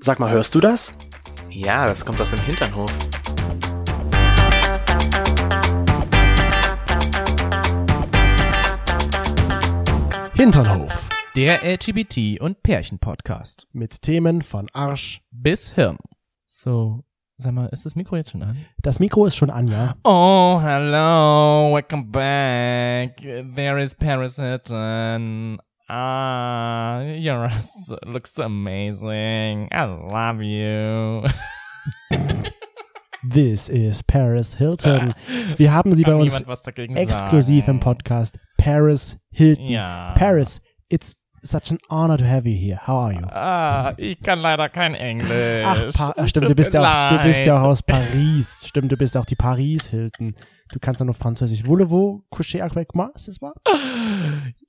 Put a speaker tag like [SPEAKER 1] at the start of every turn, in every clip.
[SPEAKER 1] Sag mal, hörst du das?
[SPEAKER 2] Ja, das kommt aus dem Hinternhof.
[SPEAKER 1] Hinternhof.
[SPEAKER 3] Der LGBT- und Pärchen-Podcast.
[SPEAKER 1] Mit Themen von Arsch.
[SPEAKER 3] Bis Hirn. So, sag mal, ist das Mikro jetzt schon an?
[SPEAKER 1] Das Mikro ist schon an, ja.
[SPEAKER 3] Oh, hello, welcome back. There is Paris Hilton. Ah, you're so, looks amazing. I love you.
[SPEAKER 1] This is Paris Hilton. Wir haben sie bei
[SPEAKER 3] Kann
[SPEAKER 1] uns
[SPEAKER 3] niemand was dagegen
[SPEAKER 1] exklusiv
[SPEAKER 3] sagen.
[SPEAKER 1] im Podcast. Paris Hilton.
[SPEAKER 3] Ja.
[SPEAKER 1] Paris, it's such an honor to have you here. How are you?
[SPEAKER 3] Ah, ich kann leider kein Englisch.
[SPEAKER 1] Ach, pa stimmt, du
[SPEAKER 3] Äh, Tut
[SPEAKER 1] bist,
[SPEAKER 3] mir
[SPEAKER 1] ja auch, du bist ja
[SPEAKER 3] leid.
[SPEAKER 1] auch aus Paris. Stimmt, du bist auch die Paris Hilton. Du kannst ja nur Französisch. Voulez-vous coucher avec moi, c'est ça?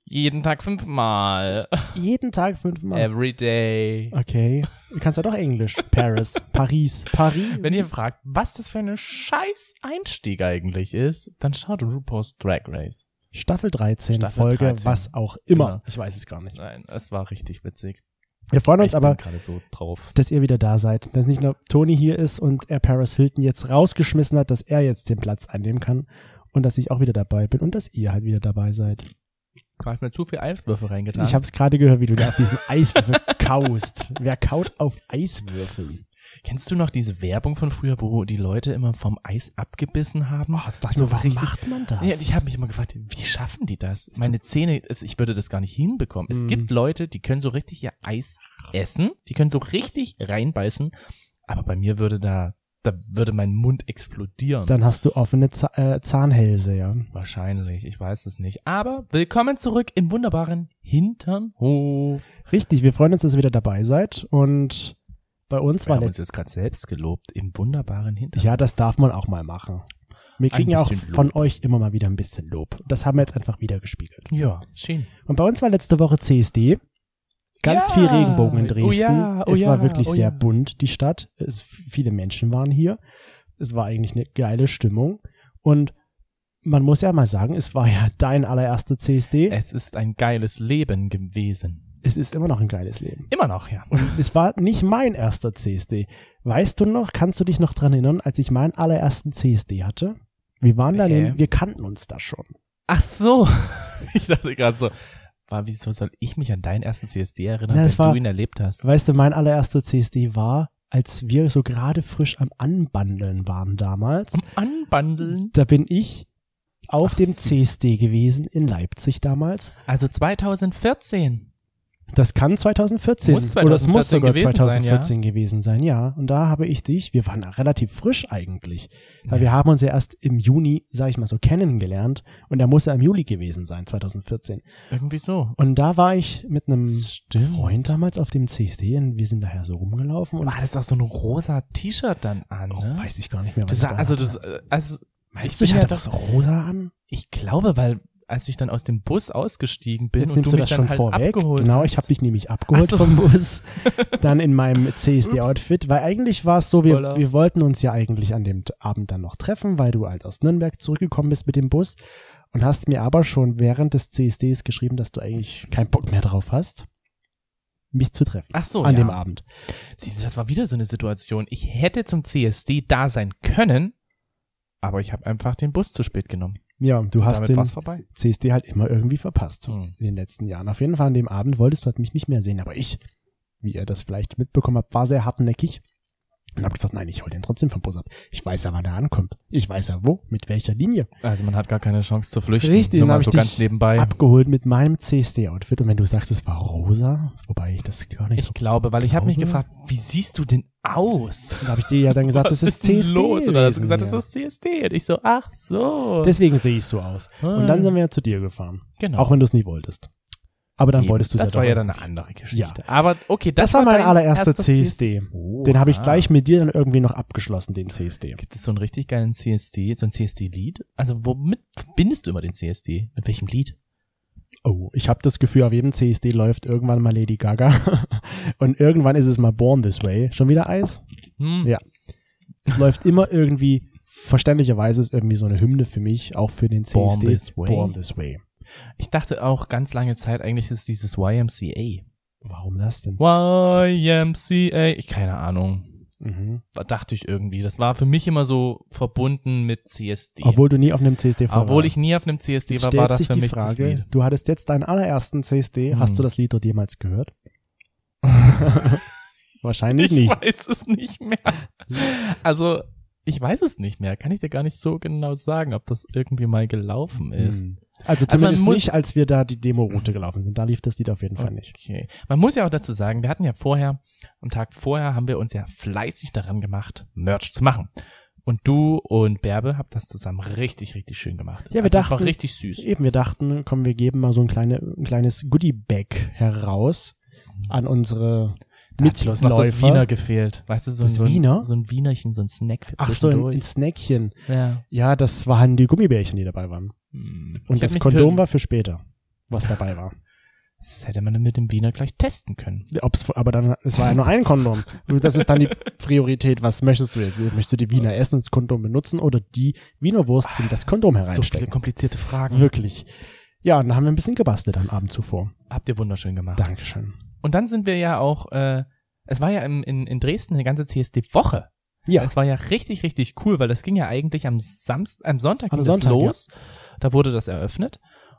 [SPEAKER 3] Jeden Tag fünfmal.
[SPEAKER 1] Jeden Tag fünfmal.
[SPEAKER 3] Every day.
[SPEAKER 1] Okay. Du kannst ja doch Englisch. Paris, Paris, Paris.
[SPEAKER 3] Wenn ihr fragt, was das für eine scheiß Einstieg eigentlich ist, dann schaut RuPaul's Drag Race.
[SPEAKER 1] Staffel 13,
[SPEAKER 3] Staffel
[SPEAKER 1] Folge,
[SPEAKER 3] 13.
[SPEAKER 1] was auch immer.
[SPEAKER 3] Genau.
[SPEAKER 1] Ich weiß es gar nicht.
[SPEAKER 3] Nein, es war richtig witzig.
[SPEAKER 1] Wir freuen uns
[SPEAKER 3] ich
[SPEAKER 1] aber,
[SPEAKER 3] bin gerade so drauf.
[SPEAKER 1] dass ihr wieder da seid. Dass nicht nur Tony hier ist und er Paris Hilton jetzt rausgeschmissen hat, dass er jetzt den Platz einnehmen kann. Und dass ich auch wieder dabei bin und dass ihr halt wieder dabei seid.
[SPEAKER 3] Ich habe mir zu viel Eiswürfel reingetan.
[SPEAKER 1] Ich habe es gerade gehört, wie du da auf diesem Eiswürfel kaust. Wer kaut auf Eiswürfeln?
[SPEAKER 3] Kennst du noch diese Werbung von früher, wo die Leute immer vom Eis abgebissen haben?
[SPEAKER 1] Oh, jetzt dachte ich
[SPEAKER 3] So
[SPEAKER 1] mir, warum
[SPEAKER 3] Also
[SPEAKER 1] macht
[SPEAKER 3] richtig-
[SPEAKER 1] man das?
[SPEAKER 3] Ja, ich habe mich immer gefragt, wie schaffen die das? Meine Zähne, es- ich würde das gar nicht hinbekommen. Es
[SPEAKER 1] Mhm.
[SPEAKER 3] gibt Leute, die können so richtig ihr Eis essen, die können so richtig reinbeißen, aber bei mir würde da, da würde mein Mund explodieren.
[SPEAKER 1] Dann hast du offene Za äh, Zahnhälse, ja.
[SPEAKER 3] Wahrscheinlich, ich weiß es nicht. Aber willkommen zurück im wunderbaren Hinternhof.
[SPEAKER 1] Richtig, wir freuen uns, dass ihr wieder dabei seid. Und bei uns
[SPEAKER 3] Wir
[SPEAKER 1] war
[SPEAKER 3] haben
[SPEAKER 1] letztes
[SPEAKER 3] uns jetzt gerade selbst gelobt, im wunderbaren Hinternhof.
[SPEAKER 1] Ja, das darf man auch mal machen. Wir
[SPEAKER 3] Ein
[SPEAKER 1] kriegen ja auch
[SPEAKER 3] bisschen Lob.
[SPEAKER 1] von euch immer mal wieder ein bisschen Lob. Das haben wir jetzt einfach wieder gespiegelt.
[SPEAKER 3] Ja, schön.
[SPEAKER 1] Und bei uns war letzte Woche CSD. Ganz
[SPEAKER 3] Ja.
[SPEAKER 1] viel Regenbogen in
[SPEAKER 3] Oh
[SPEAKER 1] Dresden.
[SPEAKER 3] ja, oh
[SPEAKER 1] es war
[SPEAKER 3] ja,
[SPEAKER 1] wirklich
[SPEAKER 3] oh
[SPEAKER 1] sehr
[SPEAKER 3] ja.
[SPEAKER 1] bunt, die Stadt. Es, viele Menschen waren hier. Es war eigentlich eine geile Stimmung. Und man muss ja mal sagen, es war ja dein allererster CSD.
[SPEAKER 3] Es ist ein geiles Leben gewesen.
[SPEAKER 1] Es ist immer noch ein geiles Leben.
[SPEAKER 3] Immer noch, ja.
[SPEAKER 1] Und es war nicht mein erster CSD. Weißt du noch, kannst du dich noch dran erinnern, als ich meinen allerersten CSD hatte? Wir waren da,
[SPEAKER 3] Hä?
[SPEAKER 1] nämlich- wir kannten uns da schon.
[SPEAKER 3] Ach so. Ich dachte gerade so, war, wieso soll ich mich an deinen ersten CSD erinnern,
[SPEAKER 1] Na, es
[SPEAKER 3] wenn
[SPEAKER 1] war-
[SPEAKER 3] du ihn erlebt hast?
[SPEAKER 1] Weißt du, mein allererster CSD war, als wir so gerade frisch am Anbandeln waren damals.
[SPEAKER 3] Anbandeln.
[SPEAKER 1] Da bin ich auf
[SPEAKER 3] Ach,
[SPEAKER 1] dem
[SPEAKER 3] süß.
[SPEAKER 1] CSD gewesen in Leipzig damals.
[SPEAKER 3] Also 2014.
[SPEAKER 1] Das kann 2014
[SPEAKER 3] Muss
[SPEAKER 1] oder es muss
[SPEAKER 3] 2014
[SPEAKER 1] sogar
[SPEAKER 3] gewesen sein,
[SPEAKER 1] 2014 gewesen sein, ja. Und da habe ich dich, wir waren relativ frisch eigentlich, weil wir haben uns ja erst im Juni, sag ich mal so, kennengelernt und da muss er im Juli gewesen sein, 2014.
[SPEAKER 3] Irgendwie so.
[SPEAKER 1] Und da war ich mit einem
[SPEAKER 3] Stimmt.
[SPEAKER 1] Freund damals auf dem CSD und wir sind daher so rumgelaufen und
[SPEAKER 3] War das auch so ein rosa T-Shirt dann an,
[SPEAKER 1] oh,
[SPEAKER 3] ne?
[SPEAKER 1] weiß ich gar nicht mehr, was
[SPEAKER 3] Das,
[SPEAKER 1] ich da
[SPEAKER 3] also
[SPEAKER 1] hatte.
[SPEAKER 3] das, äh, also
[SPEAKER 1] Meinst
[SPEAKER 3] ich
[SPEAKER 1] du, ich
[SPEAKER 3] bin
[SPEAKER 1] hatte
[SPEAKER 3] ja
[SPEAKER 1] was
[SPEAKER 3] doch-
[SPEAKER 1] rosa an?
[SPEAKER 3] Ich glaube, weil als ich dann aus dem Bus ausgestiegen bin
[SPEAKER 1] Jetzt
[SPEAKER 3] und du
[SPEAKER 1] nimmst
[SPEAKER 3] mich
[SPEAKER 1] du das
[SPEAKER 3] dann
[SPEAKER 1] schon
[SPEAKER 3] halt
[SPEAKER 1] vorweg.
[SPEAKER 3] abgeholt
[SPEAKER 1] Genau,
[SPEAKER 3] hast.
[SPEAKER 1] ich habe dich nämlich abgeholt
[SPEAKER 3] Ach so.
[SPEAKER 1] vom Bus, dann in meinem CSD-Outfit, weil eigentlich war es so, wir,
[SPEAKER 3] Spoiler.
[SPEAKER 1] wir wollten uns ja eigentlich an dem T- Abend dann noch treffen, weil du halt aus Nürnberg zurückgekommen bist mit dem Bus und hast mir aber schon während des CSDs geschrieben, dass du eigentlich keinen Bock mehr drauf hast, mich zu treffen
[SPEAKER 3] Ach so,
[SPEAKER 1] an
[SPEAKER 3] ja.
[SPEAKER 1] dem Abend.
[SPEAKER 3] Siehst du, das war wieder so eine Situation. Ich hätte zum CSD da sein können, aber ich habe einfach den Bus zu spät genommen.
[SPEAKER 1] Ja, du hast
[SPEAKER 3] Damit
[SPEAKER 1] den
[SPEAKER 3] war's vorbei.
[SPEAKER 1] CSD halt immer irgendwie verpasst
[SPEAKER 3] Hm.
[SPEAKER 1] in den letzten Jahren. Auf jeden Fall an dem Abend wolltest du halt mich nicht mehr sehen, aber ich, wie ihr das vielleicht mitbekommen habt, war sehr hartnäckig und habe gesagt, nein, ich hol den trotzdem vom Bus ab. Ich weiß ja, wann er ankommt. Ich weiß ja wo, mit welcher Linie.
[SPEAKER 3] Also man hat gar keine Chance zu flüchten.
[SPEAKER 1] Richtig,
[SPEAKER 3] Nur
[SPEAKER 1] dann hab
[SPEAKER 3] mal
[SPEAKER 1] ich
[SPEAKER 3] so
[SPEAKER 1] dich
[SPEAKER 3] ganz nebenbei.
[SPEAKER 1] Abgeholt mit meinem CSD-Outfit und wenn du sagst, es war rosa, wobei ich das gar nicht so...
[SPEAKER 3] Ich glaube, weil ich habe mich
[SPEAKER 1] Glaube?
[SPEAKER 3] gefragt, wie siehst du denn aus?
[SPEAKER 1] Da habe ich dir ja dann gesagt,
[SPEAKER 3] Was
[SPEAKER 1] das ist
[SPEAKER 3] denn
[SPEAKER 1] CSD.
[SPEAKER 3] los? Oder hast du
[SPEAKER 1] gewesen,
[SPEAKER 3] gesagt,
[SPEAKER 1] ja.
[SPEAKER 3] das ist CSD? Und ich so, ach so. Ah.
[SPEAKER 1] Deswegen sehe ich so aus. Und dann sind wir ja zu dir gefahren.
[SPEAKER 3] genau.
[SPEAKER 1] Auch wenn du es nie wolltest. Aber dann
[SPEAKER 3] Eben.
[SPEAKER 1] wolltest du es
[SPEAKER 3] Das
[SPEAKER 1] ja
[SPEAKER 3] war
[SPEAKER 1] doch
[SPEAKER 3] ja
[SPEAKER 1] irgendwie.
[SPEAKER 3] dann eine andere Geschichte.
[SPEAKER 1] Ja.
[SPEAKER 3] Aber okay, das,
[SPEAKER 1] Das, war mein
[SPEAKER 3] dein
[SPEAKER 1] allererster
[SPEAKER 3] erster
[SPEAKER 1] CSD.
[SPEAKER 3] Oh,
[SPEAKER 1] Den
[SPEAKER 3] ah.
[SPEAKER 1] habe ich gleich mit dir dann irgendwie noch abgeschlossen, den CSD.
[SPEAKER 3] Gibt es so einen richtig geilen CSD, so ein CSD-Lied? Also womit verbindest du immer den CSD? Mit welchem Lied?
[SPEAKER 1] Oh, ich habe das Gefühl, auf jedem CSD läuft irgendwann mal Lady Gaga. Und irgendwann ist es mal Born This Way. Schon wieder Eis?
[SPEAKER 3] Hm.
[SPEAKER 1] Ja. Es läuft immer irgendwie, verständlicherweise ist irgendwie so eine Hymne für mich, auch für den CSD.
[SPEAKER 3] Born This Way?
[SPEAKER 1] Born This Way.
[SPEAKER 3] Ich dachte auch ganz lange Zeit eigentlich ist dieses YMCA.
[SPEAKER 1] Warum das denn?
[SPEAKER 3] YMCA, ich keine Ahnung.
[SPEAKER 1] Mhm.
[SPEAKER 3] Da Dachte ich irgendwie. Das war für mich immer so verbunden mit CSD.
[SPEAKER 1] Obwohl du nie auf einem CSD warst.
[SPEAKER 3] Obwohl ich nie auf einem CSD war,
[SPEAKER 1] Stellt
[SPEAKER 3] war das
[SPEAKER 1] sich
[SPEAKER 3] für
[SPEAKER 1] die
[SPEAKER 3] mich das
[SPEAKER 1] Frage,
[SPEAKER 3] Lied.
[SPEAKER 1] du hattest jetzt deinen allerersten CSD,
[SPEAKER 3] Hm.
[SPEAKER 1] hast du das Lied dort jemals gehört? Wahrscheinlich nicht.
[SPEAKER 3] weiß es nicht mehr. Also, ich weiß es nicht mehr. Kann ich dir gar nicht so genau sagen, ob das irgendwie mal gelaufen ist.
[SPEAKER 1] Hm. Also
[SPEAKER 3] man
[SPEAKER 1] zumindest
[SPEAKER 3] muss- Oh.
[SPEAKER 1] nicht, als wir da die Demo-Route gelaufen sind. Da lief das Lied auf jeden Fall nicht.
[SPEAKER 3] Okay. Man muss ja auch dazu sagen, wir hatten ja vorher, am Tag vorher haben wir uns ja fleißig daran gemacht, Merch zu machen. Und du und Bärbe habt das zusammen richtig, richtig schön gemacht.
[SPEAKER 1] Ja, wir
[SPEAKER 3] das war
[SPEAKER 1] dachten-
[SPEAKER 3] richtig süß.
[SPEAKER 1] Eben, wir dachten, komm, wir geben mal so ein, kleine, ein kleines Goodie-Bag heraus an unsere
[SPEAKER 3] Mhm. Da hat bloß noch das
[SPEAKER 1] Mitläufer.
[SPEAKER 3] Wiener gefehlt. Weißt du, so,
[SPEAKER 1] Das
[SPEAKER 3] so, ein,
[SPEAKER 1] Wiener?
[SPEAKER 3] so ein Wienerchen, so ein Snack für
[SPEAKER 1] Ach so, ein,
[SPEAKER 3] zwischendurch.
[SPEAKER 1] ein Snackchen.
[SPEAKER 3] ja.
[SPEAKER 1] Ja, das waren die Gummibärchen, die dabei waren. Hm. Und das Kondom war für später, was dabei war.
[SPEAKER 3] Das hätte man dann mit dem Wiener gleich testen können.
[SPEAKER 1] Ob's, aber dann, es war ja nur ein Kondom. Das ist dann die Priorität. Was möchtest du jetzt? Möchtest du die Wiener Essen das Kondom benutzen oder die Wiener Wurst in das Kondom
[SPEAKER 3] Ah, So viele
[SPEAKER 1] hereinstecken?
[SPEAKER 3] komplizierte Fragen.
[SPEAKER 1] Wirklich. Ja, und dann haben wir ein bisschen gebastelt am Abend zuvor.
[SPEAKER 3] Habt ihr wunderschön gemacht.
[SPEAKER 1] Dankeschön.
[SPEAKER 3] Und dann sind wir ja auch, äh, es war ja im, in, in Dresden eine ganze CSD-Woche.
[SPEAKER 1] Ja,
[SPEAKER 3] Es war ja richtig, richtig cool, weil das ging ja eigentlich am Samstag, am Sonntag
[SPEAKER 1] Am
[SPEAKER 3] ging
[SPEAKER 1] Sonntag,
[SPEAKER 3] das los. Da wurde das eröffnet.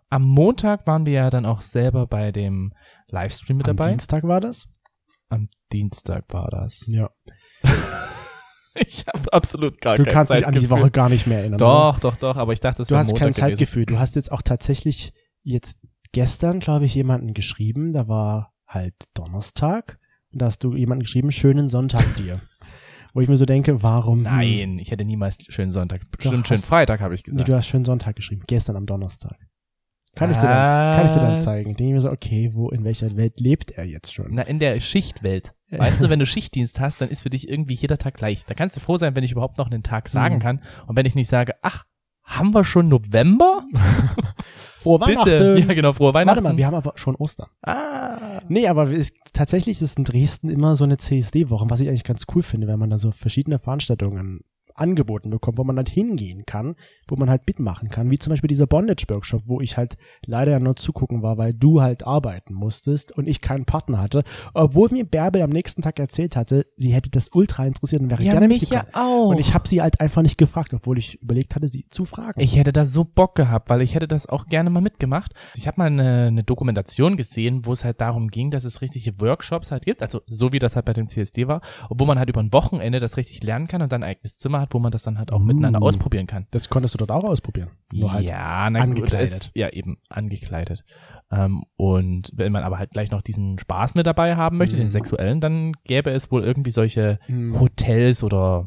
[SPEAKER 3] Am Montag waren wir ja dann auch selber bei dem Livestream mit
[SPEAKER 1] am
[SPEAKER 3] dabei.
[SPEAKER 1] Dienstag war das.
[SPEAKER 3] Am Dienstag war das.
[SPEAKER 1] Ja.
[SPEAKER 3] Ich habe absolut gar
[SPEAKER 1] Du
[SPEAKER 3] kein
[SPEAKER 1] kannst dich an die
[SPEAKER 3] Zeitgefühl.
[SPEAKER 1] Woche gar nicht mehr erinnern. oder?
[SPEAKER 3] Doch, doch, doch, aber ich dachte, es
[SPEAKER 1] Du
[SPEAKER 3] wäre
[SPEAKER 1] hast
[SPEAKER 3] Montag
[SPEAKER 1] kein
[SPEAKER 3] gewesen.
[SPEAKER 1] Zeitgefühl. Du hast jetzt auch tatsächlich jetzt gestern, glaube ich, jemanden geschrieben. Da war halt Donnerstag. Und da hast du jemanden geschrieben, schönen Sonntag dir. Wo ich mir so denke, warum?
[SPEAKER 3] Nein, ich hätte niemals schönen Sonntag. Bestimmt
[SPEAKER 1] hast-
[SPEAKER 3] schönen Freitag, habe ich
[SPEAKER 1] Nee,
[SPEAKER 3] gesagt.
[SPEAKER 1] du hast schönen Sonntag geschrieben. Gestern am Donnerstag. Kann ich dir dann, kann ich dir dann
[SPEAKER 3] Was?
[SPEAKER 1] zeigen. Denke ich mir so, okay, wo, in welcher Welt lebt er jetzt schon?
[SPEAKER 3] Na, in der Schichtwelt. Weißt du, wenn du Schichtdienst hast, dann ist für dich irgendwie jeder Tag gleich. Da kannst du froh sein, wenn ich überhaupt noch einen Tag sagen
[SPEAKER 1] Mhm.
[SPEAKER 3] kann. Und wenn ich nicht sage, ach, haben wir schon November?
[SPEAKER 1] Frohe
[SPEAKER 3] Bitte. Ja, genau, frohe
[SPEAKER 1] Warte
[SPEAKER 3] Weihnachten.
[SPEAKER 1] mal, wir haben aber schon Ostern.
[SPEAKER 3] ah.
[SPEAKER 1] Nee, aber es- tatsächlich ist in Dresden immer so eine CSD-Woche, was ich eigentlich ganz cool finde, wenn man da so verschiedene Veranstaltungen angeboten bekommt, wo man halt hingehen kann, wo man halt mitmachen kann, wie zum Beispiel dieser Bondage-Workshop, wo ich halt leider ja nur zugucken war, weil du halt arbeiten musstest und ich keinen Partner hatte, obwohl mir Bärbel am nächsten Tag erzählt hatte, sie hätte das ultra interessiert und wäre
[SPEAKER 3] Ja,
[SPEAKER 1] gerne
[SPEAKER 3] mich ja
[SPEAKER 1] mitgekommen.
[SPEAKER 3] auch.
[SPEAKER 1] Und ich habe sie halt einfach nicht gefragt, obwohl ich überlegt hatte, sie zu fragen.
[SPEAKER 3] Ich hätte da so Bock gehabt, weil ich hätte das auch gerne mal mitgemacht. Ich habe mal eine, eine Dokumentation gesehen, wo es halt darum ging, dass es richtige Workshops halt gibt, also so wie das halt bei dem CSD war, wo man halt über ein Wochenende das richtig lernen kann und dann ein eigenes Zimmer hat, wo man das dann halt auch
[SPEAKER 1] Uh.
[SPEAKER 3] miteinander ausprobieren kann.
[SPEAKER 1] das konntest du dort auch ausprobieren. Nur halt
[SPEAKER 3] ja, na gut,
[SPEAKER 1] angekleidet.
[SPEAKER 3] das- ja, eben angekleidet. Ähm, und wenn man aber halt gleich noch diesen Spaß mit dabei haben möchte,
[SPEAKER 1] Mhm.
[SPEAKER 3] den sexuellen, dann gäbe es wohl irgendwie solche
[SPEAKER 1] hm,
[SPEAKER 3] Hotels oder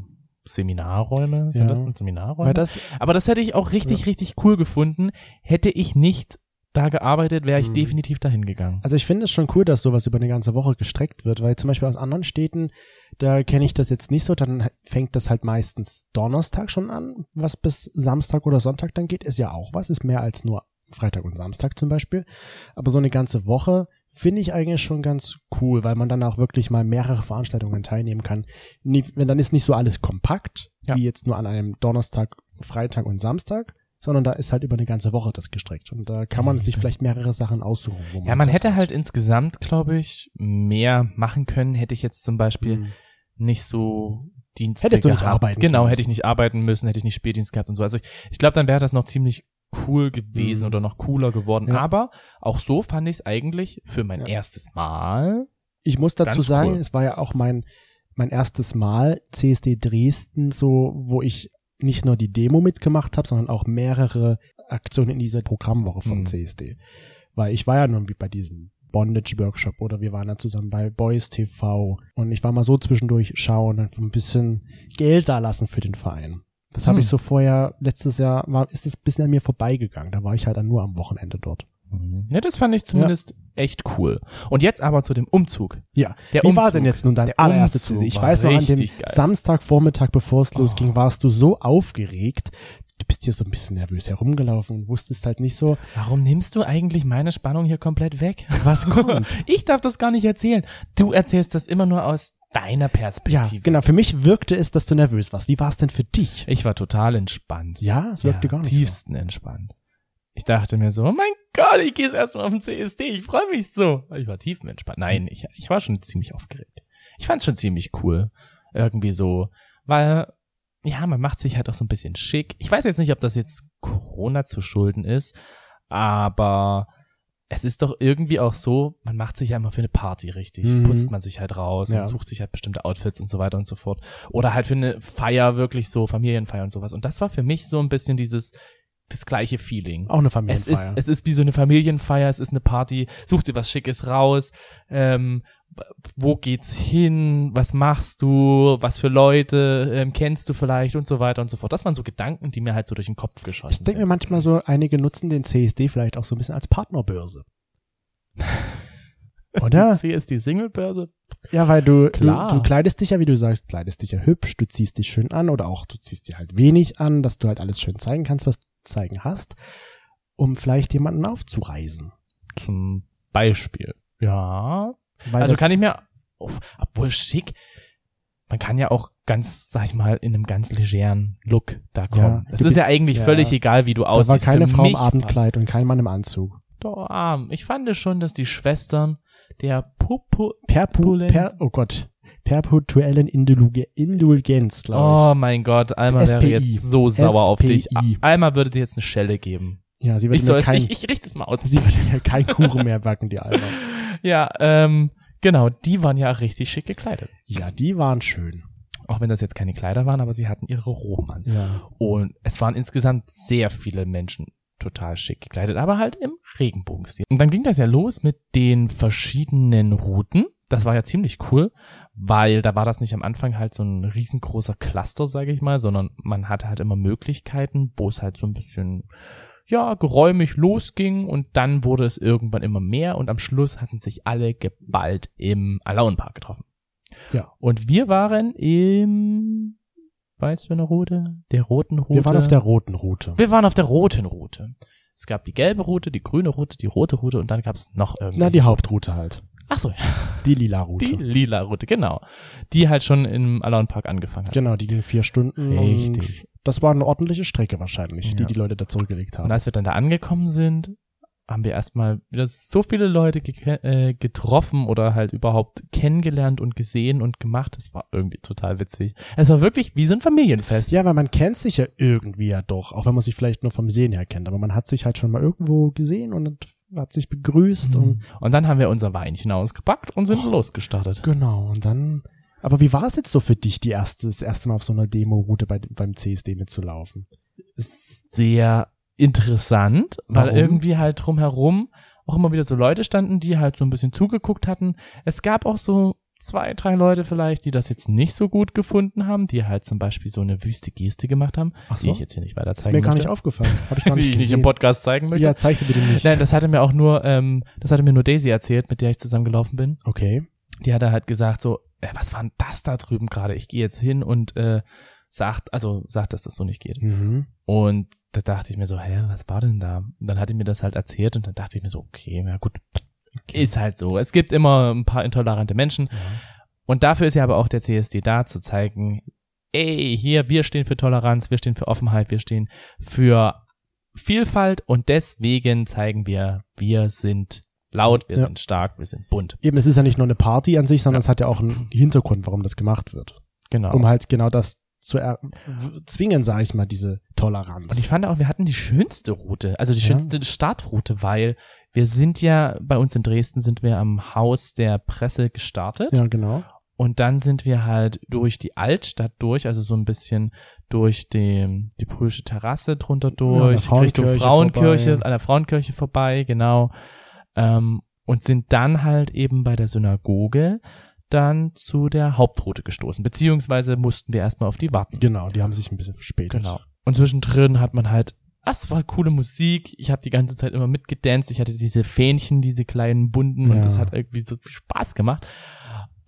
[SPEAKER 3] Seminarräume. Sind
[SPEAKER 1] Ja.
[SPEAKER 3] das denn Seminarräume?
[SPEAKER 1] weil das
[SPEAKER 3] Aber das hätte ich auch richtig, richtig cool gefunden. Hätte ich nicht da gearbeitet, wäre ich
[SPEAKER 1] Mhm.
[SPEAKER 3] definitiv dahin gegangen.
[SPEAKER 1] Also ich finde es schon cool, dass sowas über eine ganze Woche gestreckt wird, weil zum Beispiel aus anderen Städten, da kenne ich das jetzt nicht so, dann fängt das halt meistens Donnerstag schon an, was bis Samstag oder Sonntag dann geht, ist ja auch was, ist mehr als nur Freitag und Samstag zum Beispiel. Aber so eine ganze Woche finde ich eigentlich schon ganz cool, weil man dann auch wirklich mal mehrere Veranstaltungen teilnehmen kann. Nie, wenn dann ist nicht so alles kompakt,
[SPEAKER 3] Ja.
[SPEAKER 1] wie jetzt nur an einem Donnerstag, Freitag und Samstag, sondern da ist halt über eine ganze Woche das gestreckt. Und da kann man sich vielleicht mehrere Sachen aussuchen. Wo
[SPEAKER 3] Mhm. Ja, man
[SPEAKER 1] Also, das
[SPEAKER 3] hätte
[SPEAKER 1] macht.
[SPEAKER 3] halt insgesamt, glaube ich, mehr machen können. Hätte ich jetzt zum Beispiel
[SPEAKER 1] Mhm.
[SPEAKER 3] nicht so Dienste
[SPEAKER 1] Hättest du nicht
[SPEAKER 3] gehabt.
[SPEAKER 1] arbeiten
[SPEAKER 3] Genau,
[SPEAKER 1] müssen.
[SPEAKER 3] hätte ich nicht arbeiten müssen, hätte ich nicht Spätdienst gehabt und so. Also ich, ich glaube, dann wäre das noch ziemlich cool gewesen
[SPEAKER 1] Mhm.
[SPEAKER 3] oder noch cooler geworden.
[SPEAKER 1] Ja.
[SPEAKER 3] Aber auch so fand ich es eigentlich für mein
[SPEAKER 1] Ja.
[SPEAKER 3] erstes Mal.
[SPEAKER 1] Ich muss dazu
[SPEAKER 3] Ganz
[SPEAKER 1] sagen,
[SPEAKER 3] cool.
[SPEAKER 1] es war ja auch mein, mein erstes Mal CSD Dresden, so, wo ich nicht nur die Demo mitgemacht habe, sondern auch mehrere Aktionen in dieser Programmwoche vom
[SPEAKER 3] Mhm.
[SPEAKER 1] CSD. Weil ich war ja nur wie bei diesem Bondage-Workshop oder wir waren da zusammen bei Boys TV und ich war mal so zwischendurch schauen und ein bisschen Geld da lassen für den Verein. Das habe
[SPEAKER 3] Hm.
[SPEAKER 1] ich so vorher, letztes Jahr war, ist es ein bisschen an mir vorbeigegangen. Da war ich halt dann nur am Wochenende dort.
[SPEAKER 3] Ja, das fand ich zumindest echt cool. Und jetzt aber zu dem Umzug.
[SPEAKER 1] Ja,
[SPEAKER 3] Der
[SPEAKER 1] wie war
[SPEAKER 3] Umzug.
[SPEAKER 1] denn jetzt nun dein
[SPEAKER 3] Der
[SPEAKER 1] allererstes
[SPEAKER 3] Umzug
[SPEAKER 1] CD? Ich
[SPEAKER 3] war
[SPEAKER 1] weiß noch, an dem
[SPEAKER 3] richtig geil.
[SPEAKER 1] Samstagvormittag, bevor es losging,
[SPEAKER 3] Oh.
[SPEAKER 1] warst du so aufgeregt. Du bist hier so ein bisschen nervös herumgelaufen und wusstest halt nicht so,
[SPEAKER 3] Warum nimmst du eigentlich meine Spannung hier komplett weg?
[SPEAKER 1] was kommt.
[SPEAKER 3] Ich darf das gar nicht erzählen. Du erzählst das immer nur aus deiner
[SPEAKER 1] ja,
[SPEAKER 3] Perspektive.
[SPEAKER 1] genau. Für mich wirkte es, dass du nervös warst. Wie war es denn für dich?
[SPEAKER 3] Ich war total entspannt.
[SPEAKER 1] Ja, es wirkte
[SPEAKER 3] Ja,
[SPEAKER 1] gar nicht.
[SPEAKER 3] tiefsten entspannt. Ich dachte mir so, oh mein Gott, ich gehe jetzt erstmal auf den CSD, ich freue mich so. Ich war tiefenentspannt. Nein, ich, ich war schon ziemlich aufgeregt. Ich fand es schon ziemlich cool. Irgendwie so, weil, ja, man macht sich halt auch so ein bisschen schick. Ich weiß jetzt nicht, ob das jetzt Corona zu schulden ist, aber es ist doch irgendwie auch so, man macht sich ja immer für eine Party richtig.
[SPEAKER 1] Mhm.
[SPEAKER 3] Putzt man sich halt raus
[SPEAKER 1] Ja.
[SPEAKER 3] und sucht sich halt bestimmte Outfits und so weiter und so fort. Oder halt für eine Feier wirklich so, Familienfeier und sowas. Und das war für mich so ein bisschen dieses, das gleiche Feeling.
[SPEAKER 1] Auch eine
[SPEAKER 3] Es
[SPEAKER 1] Familienfeier.
[SPEAKER 3] ist, es ist wie so eine Familienfeier, es ist eine Party, such dir was Schickes raus, ähm, wo geht's hin, was machst du, was für Leute ähm, kennst du vielleicht und so weiter und so fort. Das waren so Gedanken, die mir halt so durch den Kopf geschossen
[SPEAKER 1] ich denke mir
[SPEAKER 3] sind.
[SPEAKER 1] manchmal so, einige nutzen den CSD vielleicht auch so ein bisschen als Partnerbörse. Oder?
[SPEAKER 3] Hier ist die Singlebörse.
[SPEAKER 1] Ja, weil du, du,
[SPEAKER 3] Klar.
[SPEAKER 1] du kleidest dich ja, wie du sagst, kleidest dich ja hübsch, du ziehst dich schön an oder auch du ziehst dir halt wenig an, dass du halt alles schön zeigen kannst, was du zu zeigen hast, um vielleicht jemanden aufzureißen.
[SPEAKER 3] Zum Beispiel. Ja.
[SPEAKER 1] Weil
[SPEAKER 3] also
[SPEAKER 1] das-
[SPEAKER 3] kann ich mir, oh, obwohl schick, man kann ja auch ganz, sag ich mal, in einem ganz legeren Look da kommen.
[SPEAKER 1] du
[SPEAKER 3] es
[SPEAKER 1] bist-
[SPEAKER 3] ist ja eigentlich
[SPEAKER 1] ja.
[SPEAKER 3] völlig egal, wie du
[SPEAKER 1] da war
[SPEAKER 3] aussiehst.
[SPEAKER 1] keine
[SPEAKER 3] Für
[SPEAKER 1] Frau im
[SPEAKER 3] mich war's-
[SPEAKER 1] Abendkleid und kein Mann im Anzug.
[SPEAKER 3] Doch, arm. Ich fand schon, dass die Schwestern der Pupu.
[SPEAKER 1] Perpu,
[SPEAKER 3] Pulen.
[SPEAKER 1] per, oh Gott, perpetuellen Indulge, Indulgenz, glaube
[SPEAKER 3] Oh mein Gott, Alma wäre
[SPEAKER 1] SPI.
[SPEAKER 3] jetzt so sauer auf
[SPEAKER 1] SPI.
[SPEAKER 3] dich. A- Alma würde dir jetzt eine Schelle geben.
[SPEAKER 1] ich. Ja, sie
[SPEAKER 3] Oh,
[SPEAKER 1] wird
[SPEAKER 3] Ich,
[SPEAKER 1] mir
[SPEAKER 3] soll's-
[SPEAKER 1] kein,
[SPEAKER 3] ich, ich richte es mal aus.
[SPEAKER 1] sie wird mir kein Kuchen mehr backen, die Alma.
[SPEAKER 3] Ja, ähm, genau, die waren ja richtig schick gekleidet.
[SPEAKER 1] Ja, die waren schön.
[SPEAKER 3] Auch wenn das jetzt keine Kleider waren, aber sie hatten ihre Roben an.
[SPEAKER 1] Ja.
[SPEAKER 3] Und es waren insgesamt sehr viele Menschen total schick gekleidet, aber halt im Regenbogenstil. Und dann ging das ja los mit den verschiedenen Routen. Das war ja ziemlich cool, weil da war das nicht am Anfang halt so ein riesengroßer Cluster, sage ich mal, sondern man hatte halt immer Möglichkeiten, wo es halt so ein bisschen ja, geräumig losging und dann wurde es irgendwann immer mehr und am Schluss hatten sich alle geballt im Alaunpark getroffen.
[SPEAKER 1] Ja.
[SPEAKER 3] Und wir waren im weiß eine Route, der roten Route.
[SPEAKER 1] Wir waren auf der roten Route.
[SPEAKER 3] Wir waren auf der roten Route. Es gab die gelbe Route, die grüne Route, die rote Route und dann gab es noch irgendwie.
[SPEAKER 1] Na, die Hauptroute halt.
[SPEAKER 3] Ach so,
[SPEAKER 1] Die lila Route.
[SPEAKER 3] die lila Route, genau. Die halt schon im Alaun Park angefangen hat.
[SPEAKER 1] Genau, die ging vier Stunden.
[SPEAKER 3] Richtig.
[SPEAKER 1] Und das war eine ordentliche Strecke wahrscheinlich, die
[SPEAKER 3] Ja.
[SPEAKER 1] die Leute da zurückgelegt
[SPEAKER 3] Und
[SPEAKER 1] haben.
[SPEAKER 3] als wir dann da angekommen sind, haben wir erstmal wieder so viele Leute geke- äh, getroffen oder halt überhaupt kennengelernt und gesehen und gemacht. Das war irgendwie total witzig. Es war wirklich wie so ein Familienfest.
[SPEAKER 1] Ja, weil man kennt sich ja irgendwie ja doch, auch wenn man sich vielleicht nur vom Sehen her kennt, aber man hat sich halt schon mal irgendwo gesehen und hat sich begrüßt und
[SPEAKER 3] Und, Mhm. und dann haben wir unser Weinchen ausgepackt und
[SPEAKER 1] Oh.
[SPEAKER 3] sind losgestartet.
[SPEAKER 1] Genau, und dann. Aber wie war es jetzt so für dich, die erste, das erste Mal auf so einer Demo-Route bei, beim CSD mitzulaufen?
[SPEAKER 3] sehr interessant, weil
[SPEAKER 1] Warum?
[SPEAKER 3] irgendwie halt drumherum auch immer wieder so Leute standen, die halt so ein bisschen zugeguckt hatten. Es gab auch so zwei, drei Leute vielleicht, die das jetzt nicht so gut gefunden haben, die halt zum Beispiel so eine wüste Geste gemacht haben,
[SPEAKER 1] Ach
[SPEAKER 3] die ich jetzt hier nicht weiter
[SPEAKER 1] ist
[SPEAKER 3] zeigen
[SPEAKER 1] mir gar
[SPEAKER 3] möchte,
[SPEAKER 1] nicht aufgefallen. Habe ich gar nicht
[SPEAKER 3] die ich nicht
[SPEAKER 1] gesehen.
[SPEAKER 3] im Podcast zeigen möchte.
[SPEAKER 1] ja, zeig sie bitte nicht.
[SPEAKER 3] Nein, das hatte mir auch nur, ähm, das hatte mir nur Daisy erzählt, mit der ich zusammengelaufen bin
[SPEAKER 1] Okay.
[SPEAKER 3] die hat er halt gesagt so, äh, was war denn das da drüben gerade? Ich gehe jetzt hin und äh, sagt, also sagt, dass das so nicht geht.
[SPEAKER 1] Mhm.
[SPEAKER 3] Und da dachte ich mir so, hä, was war denn da? Und dann hat er mir das halt erzählt und dann dachte ich mir so, okay, na gut, ist halt so. Es gibt immer ein paar intolerante Menschen und dafür ist ja aber auch der CSD da, zu zeigen, ey, hier, wir stehen für Toleranz, wir stehen für Offenheit, wir stehen für Vielfalt und deswegen zeigen wir, wir sind laut, wir
[SPEAKER 1] Ja.
[SPEAKER 3] sind stark, wir sind bunt.
[SPEAKER 1] Eben, es ist ja nicht nur eine Party an sich, sondern es hat ja auch einen Hintergrund, warum das gemacht wird.
[SPEAKER 3] Genau.
[SPEAKER 1] Um halt genau das zu er w- zwingen, sage ich mal, diese Toleranz.
[SPEAKER 3] Und ich fand auch, wir hatten die schönste Route, also die
[SPEAKER 1] Ja.
[SPEAKER 3] schönste Startroute, weil wir sind ja, bei uns in Dresden sind wir am Haus der Presse gestartet
[SPEAKER 1] ja, genau.
[SPEAKER 3] und dann sind wir halt durch die Altstadt durch, also so ein bisschen durch die, die Prüsche Terrasse drunter durch,
[SPEAKER 1] an der
[SPEAKER 3] Richtung
[SPEAKER 1] Frauenkirche
[SPEAKER 3] Frauenkirche,
[SPEAKER 1] vorbei.
[SPEAKER 3] an der Frauenkirche vorbei, genau. Ähm, und sind dann halt eben bei der Synagoge dann zu der Hauptroute gestoßen, beziehungsweise mussten wir erstmal auf die warten.
[SPEAKER 1] Genau, die haben sich ein bisschen verspätet.
[SPEAKER 3] Genau. Und zwischendrin hat man halt, ah, es war coole Musik. Ich habe die ganze Zeit immer mitgedanced. Ich hatte diese Fähnchen, diese kleinen bunten
[SPEAKER 1] Ja.
[SPEAKER 3] und das hat irgendwie so viel Spaß gemacht.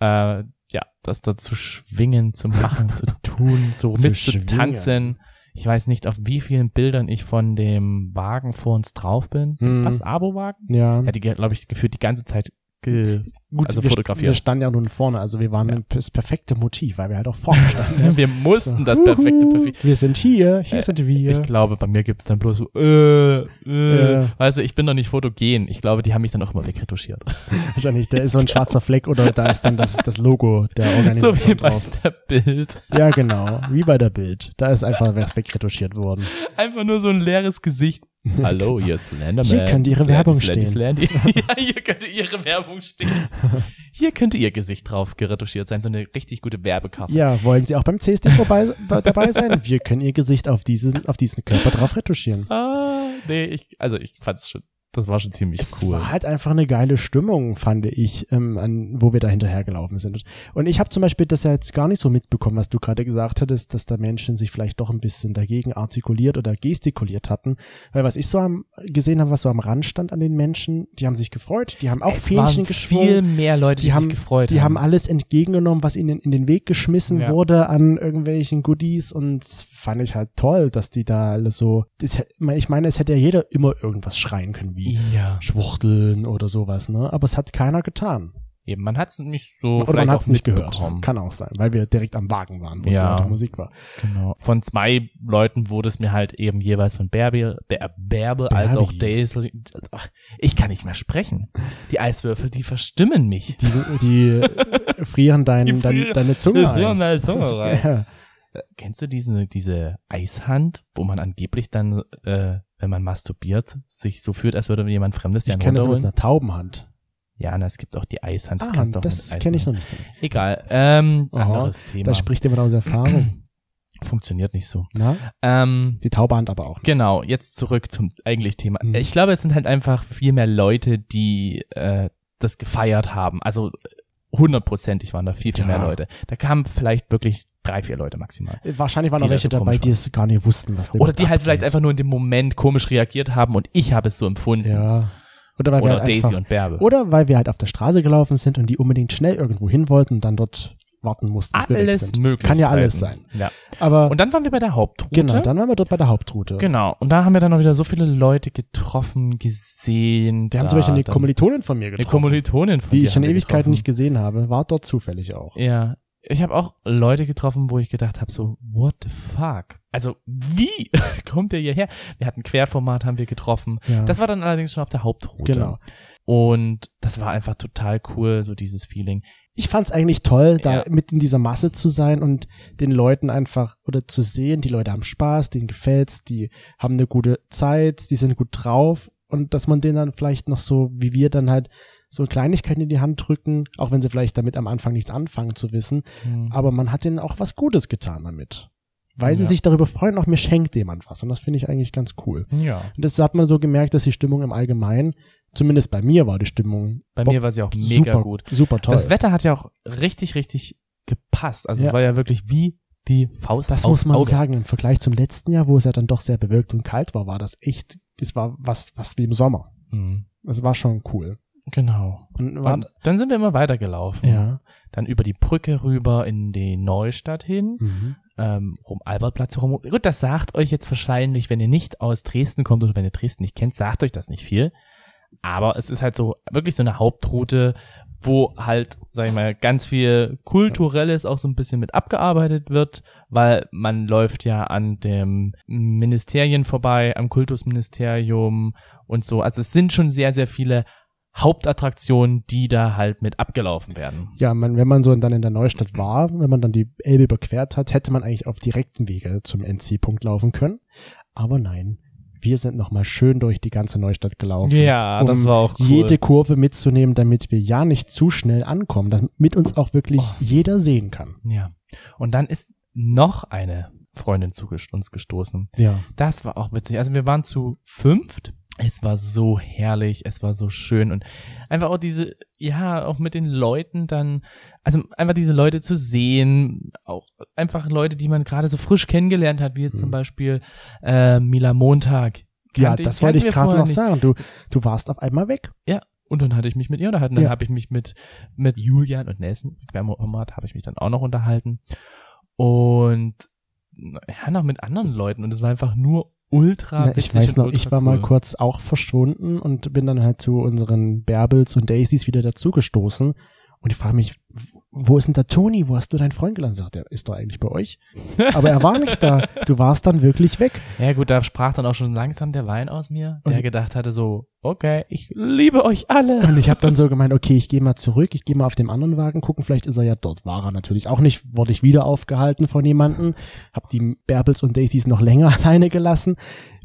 [SPEAKER 3] Äh, ja, das da zu schwingen, zu machen, zu tun, so
[SPEAKER 1] Zu
[SPEAKER 3] mitzutanzen. Ich weiß nicht, auf wie vielen Bildern ich von dem Wagen vor uns drauf bin.
[SPEAKER 1] Mhm.
[SPEAKER 3] Was, Abo-Wagen?
[SPEAKER 1] Ja.
[SPEAKER 3] Ja, die, glaube ich, gefühlt die ganze Zeit ge
[SPEAKER 1] Gut,
[SPEAKER 3] Also
[SPEAKER 1] wir,
[SPEAKER 3] fotografiert.
[SPEAKER 1] wir standen ja nun vorne, also wir waren
[SPEAKER 3] Ja.
[SPEAKER 1] das perfekte Motiv, weil wir halt auch vorne standen.
[SPEAKER 3] wir mussten das perfekte
[SPEAKER 1] Uhu,
[SPEAKER 3] Profil.
[SPEAKER 1] Wir sind hier, hier
[SPEAKER 3] Äh,
[SPEAKER 1] sind wir.
[SPEAKER 3] Ich glaube, bei mir gibt's dann bloß so, äh, äh.
[SPEAKER 1] Ja.
[SPEAKER 3] Weißt du, ich bin doch nicht fotogen. Ich glaube, die haben mich dann auch immer wegretuschiert.
[SPEAKER 1] Wahrscheinlich, da ist so ein schwarzer Fleck oder da ist dann das, das Logo der
[SPEAKER 3] So wie
[SPEAKER 1] Organisation
[SPEAKER 3] bei
[SPEAKER 1] drauf.
[SPEAKER 3] der Bild.
[SPEAKER 1] Ja, genau, wie bei der Bild. Da ist einfach was wegretuschiert worden.
[SPEAKER 3] Einfach nur so ein leeres Gesicht. Hallo, ihr Slenderman.
[SPEAKER 1] Hier könnte Ihre
[SPEAKER 3] Slendy,
[SPEAKER 1] Werbung
[SPEAKER 3] Slendy,
[SPEAKER 1] stehen.
[SPEAKER 3] Slendy. ja, hier könnte Ihre Werbung stehen. Hier könnte Ihr Gesicht drauf geretuschiert sein. So eine richtig gute Werbekarte.
[SPEAKER 1] Ja, wollen Sie auch beim CSD vorbei, bei- dabei sein? Wir können Ihr Gesicht auf diesen, auf diesen Körper drauf retuschieren.
[SPEAKER 3] Ah, nee, ich, also ich fand's schon, das war schon ziemlich
[SPEAKER 1] Es
[SPEAKER 3] cool.
[SPEAKER 1] war halt einfach eine geile Stimmung, fand ich, ähm, an, wo wir da hinterhergelaufen sind. Und ich habe zum Beispiel das ja jetzt gar nicht so mitbekommen, was du gerade gesagt hattest, dass da Menschen sich vielleicht doch ein bisschen dagegen artikuliert oder gestikuliert hatten. Weil was ich so am, gesehen habe, was so am Rand stand an den Menschen, die haben sich gefreut, die haben auch
[SPEAKER 3] es
[SPEAKER 1] Fähnchen
[SPEAKER 3] waren viel
[SPEAKER 1] geschwungen.
[SPEAKER 3] mehr Leute, die,
[SPEAKER 1] Die haben-
[SPEAKER 3] sich gefreut
[SPEAKER 1] Die haben
[SPEAKER 3] haben.
[SPEAKER 1] alles entgegengenommen, was ihnen in den Weg geschmissen
[SPEAKER 3] Ja.
[SPEAKER 1] wurde an irgendwelchen Goodies und das fand ich halt toll, dass die da alle so, das, hä- ich meine, es hätte ja jeder immer irgendwas schreien können, wie
[SPEAKER 3] ja.
[SPEAKER 1] Schwuchteln oder sowas, ne? Aber es hat keiner getan.
[SPEAKER 3] Eben, man hat's nicht so
[SPEAKER 1] Oder
[SPEAKER 3] vielleicht
[SPEAKER 1] man
[SPEAKER 3] auch
[SPEAKER 1] hat's nicht gehört.
[SPEAKER 3] mitbekommen.
[SPEAKER 1] Kann auch sein, weil wir direkt am Wagen waren, wo
[SPEAKER 3] Ja.
[SPEAKER 1] die laute Musik war.
[SPEAKER 3] Genau. Von zwei Leuten wurde es mir halt eben jeweils von Bärbel, Bär, Bärbel als
[SPEAKER 1] Bärbi.
[SPEAKER 3] auch Daisel. Ach, Ich kann nicht mehr sprechen. Die Eiswürfel, die verstimmen mich.
[SPEAKER 1] Die, die frieren, dein,
[SPEAKER 3] Die frieren-
[SPEAKER 1] dein, deine Zunge ein.
[SPEAKER 3] meine Zunge
[SPEAKER 1] Ja.
[SPEAKER 3] Kennst du diese, diese Eishand, wo man angeblich dann, äh, wenn man masturbiert, sich so fühlt, als würde jemand Fremdes dir
[SPEAKER 1] Ich
[SPEAKER 3] einen
[SPEAKER 1] kenne das mit
[SPEAKER 3] runterholen?
[SPEAKER 1] einer Taubenhand.
[SPEAKER 3] Ja, na, es gibt auch die Eishand. Das
[SPEAKER 1] ah,
[SPEAKER 3] kannst du auch
[SPEAKER 1] das
[SPEAKER 3] mit
[SPEAKER 1] kenne ich
[SPEAKER 3] Eis
[SPEAKER 1] noch nicht.
[SPEAKER 3] machen. Egal. Ähm,
[SPEAKER 1] Aha,
[SPEAKER 3] anderes Thema.
[SPEAKER 1] Da spricht jemand aus Erfahrung.
[SPEAKER 3] Funktioniert nicht so.
[SPEAKER 1] Na?
[SPEAKER 3] Ähm,
[SPEAKER 1] Die taube Hand aber auch. nicht.
[SPEAKER 3] Genau, jetzt zurück zum eigentlichen Thema.
[SPEAKER 1] Mhm.
[SPEAKER 3] Ich glaube, es sind halt einfach viel mehr Leute, die äh, das gefeiert haben. Also äh, hundertprozentig waren da viel, viel
[SPEAKER 1] Ja.
[SPEAKER 3] mehr Leute. Da kamen vielleicht wirklich drei, vier Leute maximal.
[SPEAKER 1] Wahrscheinlich waren
[SPEAKER 3] Die
[SPEAKER 1] auch
[SPEAKER 3] da
[SPEAKER 1] welche
[SPEAKER 3] so
[SPEAKER 1] dabei,
[SPEAKER 3] komisch
[SPEAKER 1] die es gar nicht wussten, was der
[SPEAKER 3] Oder die halt vielleicht einfach nur in dem Moment komisch reagiert haben und ich habe es so empfunden.
[SPEAKER 1] Ja. Oder weil wir
[SPEAKER 3] Oder
[SPEAKER 1] halt
[SPEAKER 3] Daisy
[SPEAKER 1] einfach,
[SPEAKER 3] und Bärbe.
[SPEAKER 1] Oder weil wir halt auf der Straße gelaufen sind und die unbedingt schnell irgendwo hin wollten und dann dort warten mussten. bis wir weg
[SPEAKER 3] alles
[SPEAKER 1] sind.
[SPEAKER 3] möglich.
[SPEAKER 1] Kann ja alles sein.
[SPEAKER 3] Ja.
[SPEAKER 1] Aber
[SPEAKER 3] Und dann waren wir bei der Hauptroute.
[SPEAKER 1] Genau, dann waren wir dort bei der Hauptroute.
[SPEAKER 3] Genau. Und da haben wir dann noch wieder so viele Leute getroffen, gesehen.
[SPEAKER 1] Wir haben
[SPEAKER 3] da,
[SPEAKER 1] zum Beispiel eine
[SPEAKER 3] dann-
[SPEAKER 1] Kommilitonin von mir
[SPEAKER 3] eine
[SPEAKER 1] getroffen,
[SPEAKER 3] Kommilitonin von
[SPEAKER 1] die
[SPEAKER 3] dir
[SPEAKER 1] ich schon
[SPEAKER 3] haben wir
[SPEAKER 1] Ewigkeiten
[SPEAKER 3] getroffen.
[SPEAKER 1] nicht gesehen habe, war dort zufällig auch.
[SPEAKER 3] Ja. Ich habe auch Leute getroffen, wo ich gedacht habe, so, what the fuck? Also, wie kommt der hierher? Wir hatten Querformat, haben wir getroffen.
[SPEAKER 1] Ja,
[SPEAKER 3] Das war dann allerdings schon auf der Hauptroute.
[SPEAKER 1] genau.
[SPEAKER 3] Und das war einfach total cool, so dieses Feeling.
[SPEAKER 1] Ich fand es eigentlich toll, da
[SPEAKER 3] Ja.
[SPEAKER 1] mit in dieser Masse zu sein und den Leuten einfach oder zu sehen, die Leute haben Spaß, denen gefällt's, die haben eine gute Zeit, die sind gut drauf und dass man denen dann vielleicht noch so, wie wir dann halt so Kleinigkeiten in die Hand drücken, auch wenn sie vielleicht damit am Anfang nichts anfangen zu wissen,
[SPEAKER 3] Hm.
[SPEAKER 1] aber man hat ihnen auch was Gutes getan damit. Weil sie
[SPEAKER 3] Ja.
[SPEAKER 1] sich darüber freuen, auch mir schenkt jemand was. Und das finde ich eigentlich ganz cool.
[SPEAKER 3] Ja.
[SPEAKER 1] Und das hat man so gemerkt, dass die Stimmung im Allgemeinen, zumindest bei mir war die Stimmung
[SPEAKER 3] Bei
[SPEAKER 1] Bock,
[SPEAKER 3] mir war sie auch mega
[SPEAKER 1] super
[SPEAKER 3] gut.
[SPEAKER 1] Super toll.
[SPEAKER 3] Das Wetter hat ja auch richtig, richtig gepasst. Also es
[SPEAKER 1] Ja.
[SPEAKER 3] war ja wirklich wie die Faust
[SPEAKER 1] das
[SPEAKER 3] aufs
[SPEAKER 1] muss man
[SPEAKER 3] Auge.
[SPEAKER 1] sagen, im Vergleich zum letzten Jahr, wo es ja dann doch sehr bewölkt und kalt war, war das echt, es war was, was wie im Sommer.
[SPEAKER 3] Hm.
[SPEAKER 1] Es war schon cool.
[SPEAKER 3] Genau.
[SPEAKER 1] Und war,
[SPEAKER 3] Und dann sind wir immer weitergelaufen.
[SPEAKER 1] ja.
[SPEAKER 3] Dann über die Brücke rüber in die Neustadt hin.
[SPEAKER 1] Mhm.
[SPEAKER 3] ähm, rum Albertplatz herum. Gut, das sagt euch jetzt wahrscheinlich, wenn ihr nicht aus Dresden kommt oder wenn ihr Dresden nicht kennt, sagt euch das nicht viel. Aber es ist halt so wirklich so eine Hauptroute, wo halt, sag ich mal, ganz viel Kulturelles auch so ein bisschen mit abgearbeitet wird, weil man läuft ja an dem Ministerien vorbei, am Kultusministerium und so. Also es sind schon sehr, sehr viele Hauptattraktionen, die da halt mit abgelaufen werden.
[SPEAKER 1] Ja, man, wenn man so dann in der Neustadt war, wenn man dann die Elbe überquert hat, hätte man eigentlich auf direkten Wege zum NC-Punkt laufen können. Aber nein, wir sind nochmal schön durch die ganze Neustadt gelaufen.
[SPEAKER 3] Ja,
[SPEAKER 1] um
[SPEAKER 3] das war auch cool.
[SPEAKER 1] Jede Kurve mitzunehmen, damit wir ja nicht zu schnell ankommen, damit uns auch wirklich
[SPEAKER 3] Oh.
[SPEAKER 1] jeder sehen kann.
[SPEAKER 3] Ja. Und dann ist noch eine Freundin zu gest- uns gestoßen.
[SPEAKER 1] Ja.
[SPEAKER 3] Das war auch witzig. Also wir waren zu fünft. Es war so herrlich, es war so schön und einfach auch diese, ja, auch mit den Leuten dann, also einfach diese Leute zu sehen, auch einfach Leute, die man gerade so frisch kennengelernt hat, wie jetzt zum
[SPEAKER 1] Mhm.
[SPEAKER 3] Beispiel äh, Mila Montag.
[SPEAKER 1] Ja,
[SPEAKER 3] Kannte-
[SPEAKER 1] das wollte
[SPEAKER 3] kannten
[SPEAKER 1] ich
[SPEAKER 3] wir
[SPEAKER 1] gerade
[SPEAKER 3] vorher
[SPEAKER 1] noch
[SPEAKER 3] nicht.
[SPEAKER 1] sagen. Du, du warst auf einmal weg.
[SPEAKER 3] Und dann hatte ich mich mit ihr unterhalten. Dann
[SPEAKER 1] Ja.
[SPEAKER 3] habe ich mich mit, mit Julian und Nelson, mit Bermomat, habe ich mich dann auch noch unterhalten. Und ja, noch mit anderen Leuten. Und es war einfach nur ultra
[SPEAKER 1] Na, ich
[SPEAKER 3] witzig
[SPEAKER 1] weiß
[SPEAKER 3] und
[SPEAKER 1] noch,
[SPEAKER 3] ultra
[SPEAKER 1] ich war mal
[SPEAKER 3] cool.
[SPEAKER 1] kurz auch verschwunden und bin dann halt zu unseren Bärbels und Daisies wieder dazugestoßen. Und ich frage mich, wo ist denn der Toni? Wo hast du deinen Freund gelassen? Sagt er, ist doch eigentlich bei euch. Aber er war nicht da. Du warst dann wirklich weg.
[SPEAKER 3] Ja gut, da sprach dann auch schon langsam der Wein aus mir, der
[SPEAKER 1] Und-
[SPEAKER 3] gedacht hatte so, okay, ich liebe euch alle.
[SPEAKER 1] Und ich habe dann so gemeint, okay, ich gehe mal zurück, ich gehe mal auf dem anderen Wagen gucken, vielleicht ist er ja dort. War er natürlich auch nicht, wurde ich wieder aufgehalten von jemandem, habe die Bärbels und Daisies noch länger alleine gelassen,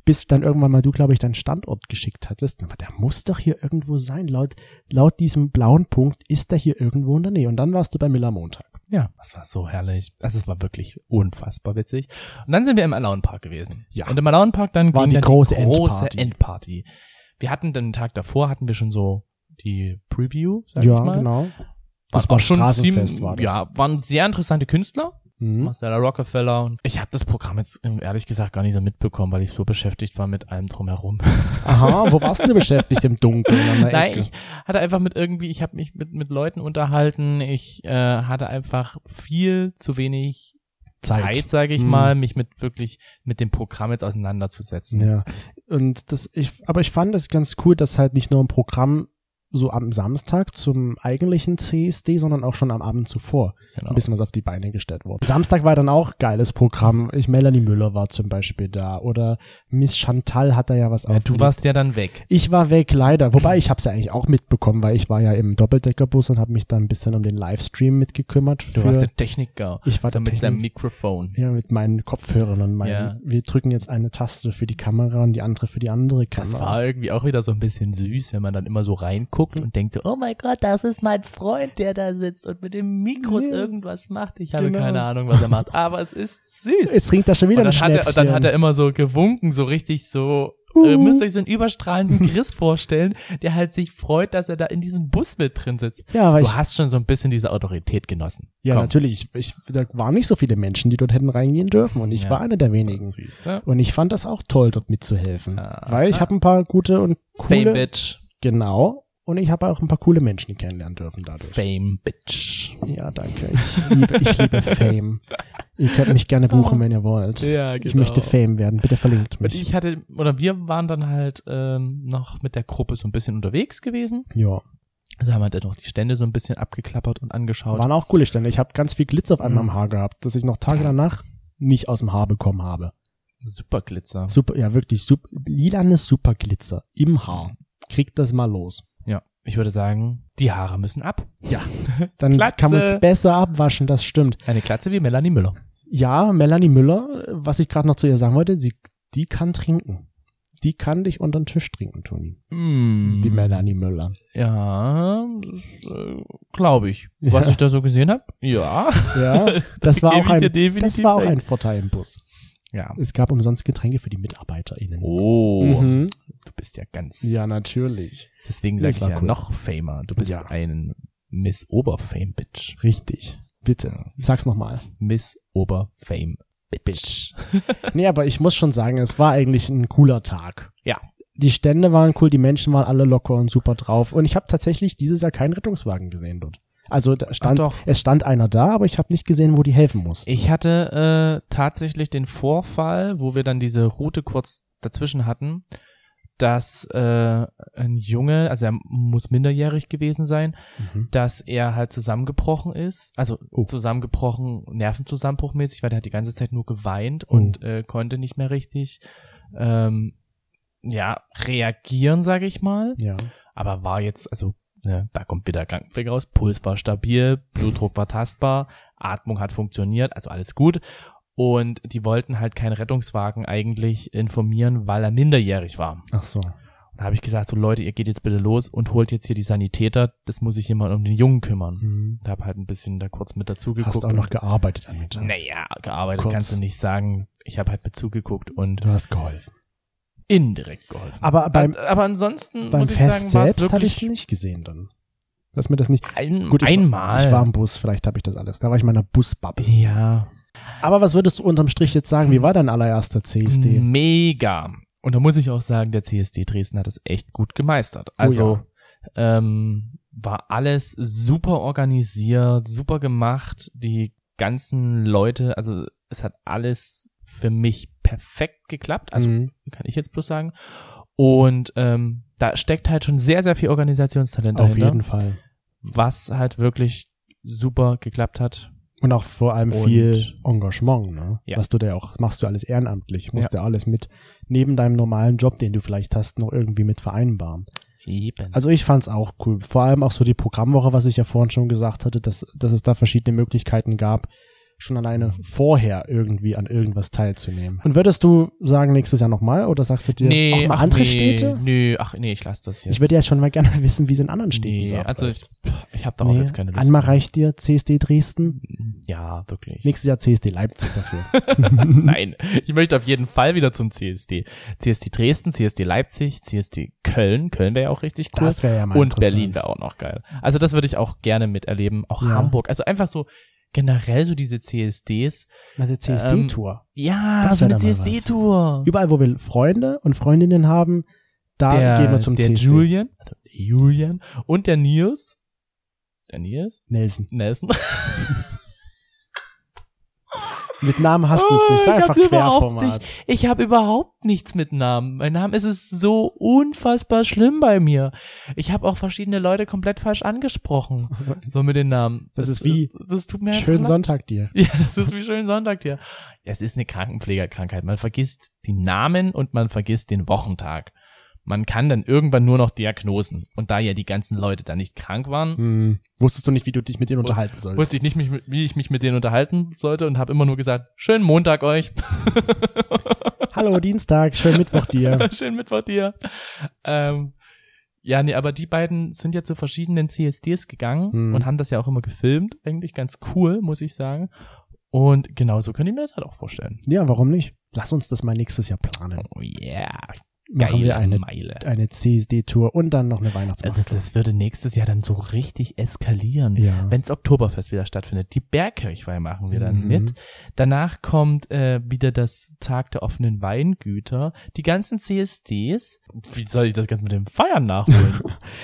[SPEAKER 1] bis dann irgendwann mal du, glaube ich, deinen Standort geschickt hattest. Aber der muss doch hier irgendwo sein. Laut, laut diesem blauen Punkt ist der hier irgendwo in der Nähe. Und dann warst du bei Miller Montag.
[SPEAKER 3] Ja, das war so herrlich. Also es war wirklich unfassbar witzig. Und dann sind wir im Alaunpark gewesen.
[SPEAKER 1] Ja.
[SPEAKER 3] Und im Alaunpark dann
[SPEAKER 1] War
[SPEAKER 3] ging
[SPEAKER 1] die
[SPEAKER 3] dann
[SPEAKER 1] große
[SPEAKER 3] die große
[SPEAKER 1] Endparty.
[SPEAKER 3] Endparty. Wir hatten den Tag davor, hatten wir schon so die Preview, sag ich mal.
[SPEAKER 1] genau.
[SPEAKER 3] Das
[SPEAKER 1] Das
[SPEAKER 3] war,
[SPEAKER 1] war
[SPEAKER 3] schon
[SPEAKER 1] Straßenfest,
[SPEAKER 3] ziemlich,
[SPEAKER 1] war das.
[SPEAKER 3] ja, waren sehr interessante Künstler.
[SPEAKER 1] Mhm.
[SPEAKER 3] Marcella Rockefeller. Und ich habe das Programm jetzt ähm, ehrlich gesagt gar nicht so mitbekommen, weil ich so beschäftigt war mit allem drumherum.
[SPEAKER 1] Aha, wo warst du denn beschäftigt im Dunkeln? an der
[SPEAKER 3] Nein,
[SPEAKER 1] Ecke?
[SPEAKER 3] ich hatte einfach mit irgendwie, ich habe mich mit, mit Leuten unterhalten. Ich äh, hatte einfach viel zu wenig
[SPEAKER 1] Zeit.
[SPEAKER 3] Zeit, sage ich
[SPEAKER 1] Hm.
[SPEAKER 3] mal, mich mit wirklich mit dem Programm jetzt auseinanderzusetzen.
[SPEAKER 1] Ja. Und das, ich, aber ich fand es ganz cool, dass halt nicht nur im Programm so am Samstag zum eigentlichen CSD, sondern auch schon am Abend zuvor
[SPEAKER 3] Genau.
[SPEAKER 1] ein bisschen was auf die Beine gestellt wurde. Samstag war dann auch geiles Programm. Ich, Melanie Müller war zum Beispiel da oder Miss Chantal hat da ja was
[SPEAKER 3] Ja, du
[SPEAKER 1] aufgelegt.
[SPEAKER 3] warst ja dann weg.
[SPEAKER 1] Ich war weg, leider. Wobei, ich habe es ja eigentlich auch mitbekommen, weil ich war ja im Doppeldeckerbus und habe mich dann ein bisschen um den Livestream mitgekümmert. Für,
[SPEAKER 3] Du warst der Techniker.
[SPEAKER 1] ich war
[SPEAKER 3] so
[SPEAKER 1] der
[SPEAKER 3] mit seinem
[SPEAKER 1] Technik-
[SPEAKER 3] Mikrofon.
[SPEAKER 1] ja, mit meinen Kopfhörern und meinen,
[SPEAKER 3] Ja.
[SPEAKER 1] wir drücken jetzt eine Taste für die Kamera und die andere für die andere Kamera.
[SPEAKER 3] Das war irgendwie auch wieder so ein bisschen süß, wenn man dann immer so
[SPEAKER 1] Hm.
[SPEAKER 3] reinguckt und denkt so, oh mein Gott, das ist mein Freund, der da sitzt und mit dem Mikros
[SPEAKER 1] Ja.
[SPEAKER 3] irgendwas macht. Ich habe
[SPEAKER 1] Genau.
[SPEAKER 3] keine Ahnung, was er macht, aber es ist süß.
[SPEAKER 1] Jetzt trinkt er schon wieder
[SPEAKER 3] und,
[SPEAKER 1] ein
[SPEAKER 3] dann hat er, und
[SPEAKER 1] Schnäpschen.
[SPEAKER 3] dann hat er immer so gewunken, so richtig so, ihr
[SPEAKER 1] Uh.
[SPEAKER 3] müsst euch so einen überstrahlenden Chris vorstellen, der halt sich freut, dass er da in diesem Bus mit drin sitzt.
[SPEAKER 1] ja, weil
[SPEAKER 3] Du
[SPEAKER 1] ich,
[SPEAKER 3] hast schon so ein bisschen diese Autorität genossen.
[SPEAKER 1] ja
[SPEAKER 3] Komm.
[SPEAKER 1] natürlich. Ich, ich, da waren nicht so viele Menschen, die dort hätten reingehen dürfen und ich
[SPEAKER 3] Ja.
[SPEAKER 1] war einer der wenigen.
[SPEAKER 3] Süß, ne?
[SPEAKER 1] Und ich fand das auch toll, dort mitzuhelfen,
[SPEAKER 3] Ah.
[SPEAKER 1] weil ich habe ein paar gute und
[SPEAKER 3] Fame
[SPEAKER 1] coole
[SPEAKER 3] Bitch.
[SPEAKER 1] genau und ich habe auch ein paar coole Menschen kennenlernen dürfen dadurch.
[SPEAKER 3] Fame Bitch.
[SPEAKER 1] Ja, danke. Ich liebe, ich liebe Fame. Ihr könnt mich gerne buchen, wenn ihr wollt.
[SPEAKER 3] Ah. Ja, genau.
[SPEAKER 1] Ich möchte Fame werden. Bitte verlinkt
[SPEAKER 3] Und
[SPEAKER 1] mich.
[SPEAKER 3] ich hatte, oder wir waren dann halt ähm, noch mit der Gruppe so ein bisschen unterwegs gewesen.
[SPEAKER 1] ja,
[SPEAKER 3] Also haben wir dann noch die Stände so ein bisschen abgeklappert und angeschaut.
[SPEAKER 1] waren auch coole Stände. Ich habe ganz viel Glitz auf einmal
[SPEAKER 3] Mhm.
[SPEAKER 1] im Haar gehabt, dass ich noch Tage danach nicht aus dem Haar bekommen habe.
[SPEAKER 3] Super Glitzer.
[SPEAKER 1] Super, ja wirklich, super, lilanes Superglitzer im Haar. Kriegt das mal los.
[SPEAKER 3] Ja, ich würde sagen, die Haare müssen ab.
[SPEAKER 1] Dann
[SPEAKER 3] Glatze.
[SPEAKER 1] kann man es besser abwaschen, das stimmt.
[SPEAKER 3] Eine Klatze wie Melanie Müller.
[SPEAKER 1] Ja, Melanie Müller, was ich gerade noch zu ihr sagen wollte, sie, die kann trinken. Die kann dich unter den Tisch trinken, Toni.
[SPEAKER 3] Mm.
[SPEAKER 1] Die Melanie Müller.
[SPEAKER 3] Ja, äh, glaube ich. Was
[SPEAKER 1] Ja.
[SPEAKER 3] ich da so gesehen habe. Ja.
[SPEAKER 1] Ja, das war
[SPEAKER 3] gebe
[SPEAKER 1] auch
[SPEAKER 3] ich dir
[SPEAKER 1] ein, das
[SPEAKER 3] definitiv
[SPEAKER 1] war auch
[SPEAKER 3] recht.
[SPEAKER 1] ein Vorteil im Bus.
[SPEAKER 3] Ja.
[SPEAKER 1] Es gab umsonst Getränke für die MitarbeiterInnen.
[SPEAKER 3] Oh,
[SPEAKER 1] Mhm.
[SPEAKER 3] du bist ja ganz.
[SPEAKER 1] Ja, natürlich.
[SPEAKER 3] Deswegen sage
[SPEAKER 1] Das
[SPEAKER 3] ich
[SPEAKER 1] war
[SPEAKER 3] ja
[SPEAKER 1] cool.
[SPEAKER 3] noch famer. Du bist
[SPEAKER 1] Ja.
[SPEAKER 3] ein Miss Oberfame Bitch.
[SPEAKER 1] Richtig. Bitte, sag's nochmal.
[SPEAKER 3] Miss Oberfame Bitch.
[SPEAKER 1] Nee, aber ich muss schon sagen, es war eigentlich ein cooler Tag.
[SPEAKER 3] Ja.
[SPEAKER 1] Die Stände waren cool, die Menschen waren alle locker und super drauf. Und ich habe tatsächlich dieses Jahr keinen Rettungswagen gesehen dort. Also da stand,
[SPEAKER 3] doch.
[SPEAKER 1] es stand einer da, aber ich habe nicht gesehen, wo die helfen mussten.
[SPEAKER 3] Ich hatte äh, tatsächlich den Vorfall, wo wir dann diese Route kurz dazwischen hatten, dass äh, ein Junge, also er muss minderjährig gewesen sein,
[SPEAKER 1] Mhm.
[SPEAKER 3] dass er halt zusammengebrochen ist, also
[SPEAKER 1] Oh.
[SPEAKER 3] zusammengebrochen, Nervenzusammenbruchmäßig, weil der hat die ganze Zeit nur geweint
[SPEAKER 1] Oh.
[SPEAKER 3] und äh, konnte nicht mehr richtig ähm, ja reagieren, sage ich mal.
[SPEAKER 1] Ja.
[SPEAKER 3] Aber war jetzt, also ne, da kommt wieder Krankenpflege raus, Puls war stabil, Blutdruck war tastbar, Atmung hat funktioniert, also alles gut. Und die wollten halt keinen Rettungswagen eigentlich informieren, weil er minderjährig war.
[SPEAKER 1] Ach so.
[SPEAKER 3] Und da habe ich gesagt, so Leute, ihr geht jetzt bitte los und holt jetzt hier die Sanitäter, das muss sich jemand um den Jungen kümmern.
[SPEAKER 1] Mhm.
[SPEAKER 3] Und habe halt ein bisschen da kurz mit dazu geguckt.
[SPEAKER 1] Hast auch noch
[SPEAKER 3] gearbeitet?
[SPEAKER 1] gearbeitet am Mittag.
[SPEAKER 3] Naja, gearbeitet
[SPEAKER 1] Kurz.
[SPEAKER 3] kannst du nicht sagen. Ich habe halt mit zugeguckt und
[SPEAKER 1] Du hast geholfen.
[SPEAKER 3] indirekt geholfen.
[SPEAKER 1] Aber beim,
[SPEAKER 3] aber ansonsten
[SPEAKER 1] beim
[SPEAKER 3] muss ich
[SPEAKER 1] Fest
[SPEAKER 3] sagen, war es
[SPEAKER 1] selbst habe ich
[SPEAKER 3] wirklich
[SPEAKER 1] es nicht gesehen dann. Dass mir das nicht.
[SPEAKER 3] ein,
[SPEAKER 1] Gut, ich,
[SPEAKER 3] einmal.
[SPEAKER 1] Ich war im Bus, vielleicht habe ich das alles. Da war ich in meiner Busbubble.
[SPEAKER 3] Ja,
[SPEAKER 1] Aber was würdest du unterm Strich jetzt sagen? Wie war dein allererster CSD?
[SPEAKER 3] mega. Und da muss ich auch sagen, der CSD Dresden hat es echt gut gemeistert.
[SPEAKER 1] Oh
[SPEAKER 3] Also ähm, war alles super organisiert, super gemacht. Die ganzen Leute, also es hat alles für mich perfekt geklappt. Also
[SPEAKER 1] Mhm.
[SPEAKER 3] kann ich jetzt bloß sagen. Und ähm, da steckt halt schon sehr, sehr viel Organisationstalent
[SPEAKER 1] Auf
[SPEAKER 3] dahinter,
[SPEAKER 1] jeden Fall.
[SPEAKER 3] was halt wirklich super geklappt hat.
[SPEAKER 1] Und auch vor allem
[SPEAKER 3] Und-
[SPEAKER 1] viel Engagement, ne?
[SPEAKER 3] Ja.
[SPEAKER 1] Was du da auch, machst du alles ehrenamtlich, musst du alles mit neben deinem normalen Job, den du vielleicht hast, noch irgendwie mit vereinbaren.
[SPEAKER 3] Eben.
[SPEAKER 1] Also ich fand's auch cool. Vor allem auch so die Programmwoche, was ich ja vorhin schon gesagt hatte, dass, dass es da verschiedene Möglichkeiten gab, schon alleine vorher irgendwie an irgendwas teilzunehmen. Und würdest du sagen, nächstes Jahr nochmal oder sagst du dir auch mal
[SPEAKER 3] ach,
[SPEAKER 1] andere
[SPEAKER 3] nee,
[SPEAKER 1] Städte?
[SPEAKER 3] Nee, ach nee, ich lasse das jetzt.
[SPEAKER 1] Ich würde ja schon mal gerne wissen, wie es in anderen Städten
[SPEAKER 3] nee,
[SPEAKER 1] so abläuft.
[SPEAKER 3] also ich, ich habe darauf jetzt keine Lust.
[SPEAKER 1] Einmal reicht dir CSD Dresden,
[SPEAKER 3] Ja, wirklich.
[SPEAKER 1] nächstes Jahr CSD Leipzig dafür.
[SPEAKER 3] Nein, ich möchte auf jeden Fall wieder zum CSD. CSD Dresden, CSD Leipzig, CSD Köln. Köln wäre ja auch richtig cool.
[SPEAKER 1] Das wäre ja mal
[SPEAKER 3] Und
[SPEAKER 1] interessant.
[SPEAKER 3] Berlin wäre auch noch geil. Also das würde ich auch gerne miterleben. Auch
[SPEAKER 1] Ja.
[SPEAKER 3] Hamburg. Also einfach so generell so diese CSDs.
[SPEAKER 1] Na, der
[SPEAKER 3] Ähm,
[SPEAKER 1] CSD-Tour.
[SPEAKER 3] Ja,
[SPEAKER 1] Das
[SPEAKER 3] so
[SPEAKER 1] wär
[SPEAKER 3] eine
[SPEAKER 1] dann mal was.
[SPEAKER 3] CSD-Tour.
[SPEAKER 1] Überall, wo wir Freunde und Freundinnen haben, da
[SPEAKER 3] Der,
[SPEAKER 1] gehen wir zum
[SPEAKER 3] der
[SPEAKER 1] CSD.
[SPEAKER 3] Julian, also Julian und der Nils. Der Nils?
[SPEAKER 1] Nelson.
[SPEAKER 3] Nelson.
[SPEAKER 1] Mit Namen hast du es
[SPEAKER 3] Oh,
[SPEAKER 1] nicht. Sei
[SPEAKER 3] ich
[SPEAKER 1] einfach
[SPEAKER 3] hab's überhaupt
[SPEAKER 1] Querformat.
[SPEAKER 3] Ich habe überhaupt nichts mit Namen. Mein Name ist es so unfassbar schlimm bei mir. Ich habe auch verschiedene Leute komplett falsch angesprochen. So mit den Namen.
[SPEAKER 1] Das ist wie
[SPEAKER 3] Das, das tut mir einfach
[SPEAKER 1] Schönen
[SPEAKER 3] leid.
[SPEAKER 1] Sonntag dir.
[SPEAKER 3] Ja, das ist wie schön Sonntag hier. Es ist eine Krankenpflegerkrankheit. Man vergisst die Namen und man vergisst den Wochentag. Man kann dann irgendwann nur noch Diagnosen. Und da ja die ganzen Leute da nicht krank waren,
[SPEAKER 1] Hm. Wusstest du nicht, wie du dich mit denen unterhalten sollst?
[SPEAKER 3] wusste ich nicht, mich- wie ich mich mit denen unterhalten sollte und habe immer nur gesagt, schönen Montag euch,
[SPEAKER 1] Hallo, Dienstag, schönen Mittwoch dir.
[SPEAKER 3] schönen Mittwoch dir. Ähm, ja, nee, aber die beiden sind ja zu verschiedenen CSDs gegangen
[SPEAKER 1] Hm.
[SPEAKER 3] und haben das ja auch immer gefilmt. Eigentlich ganz cool, muss ich sagen. Und genau so könnte ich mir das halt auch vorstellen.
[SPEAKER 1] Ja, warum nicht? Lass uns das mal nächstes Jahr planen.
[SPEAKER 3] Oh yeah,
[SPEAKER 1] Machen wir eine,
[SPEAKER 3] Meile.
[SPEAKER 1] eine CSD-Tour und dann noch eine
[SPEAKER 3] Also das,
[SPEAKER 1] Weihnachtsmarkt.
[SPEAKER 3] das würde nächstes Jahr dann so richtig eskalieren.
[SPEAKER 1] Ja.
[SPEAKER 3] Wenns Oktoberfest wieder stattfindet. Die Bergkirchweih machen wir dann
[SPEAKER 1] Mhm.
[SPEAKER 3] mit. Danach kommt äh, wieder das Tag der offenen Weingüter. Die ganzen CSDs. Wie soll ich das Ganze mit dem Feiern nachholen?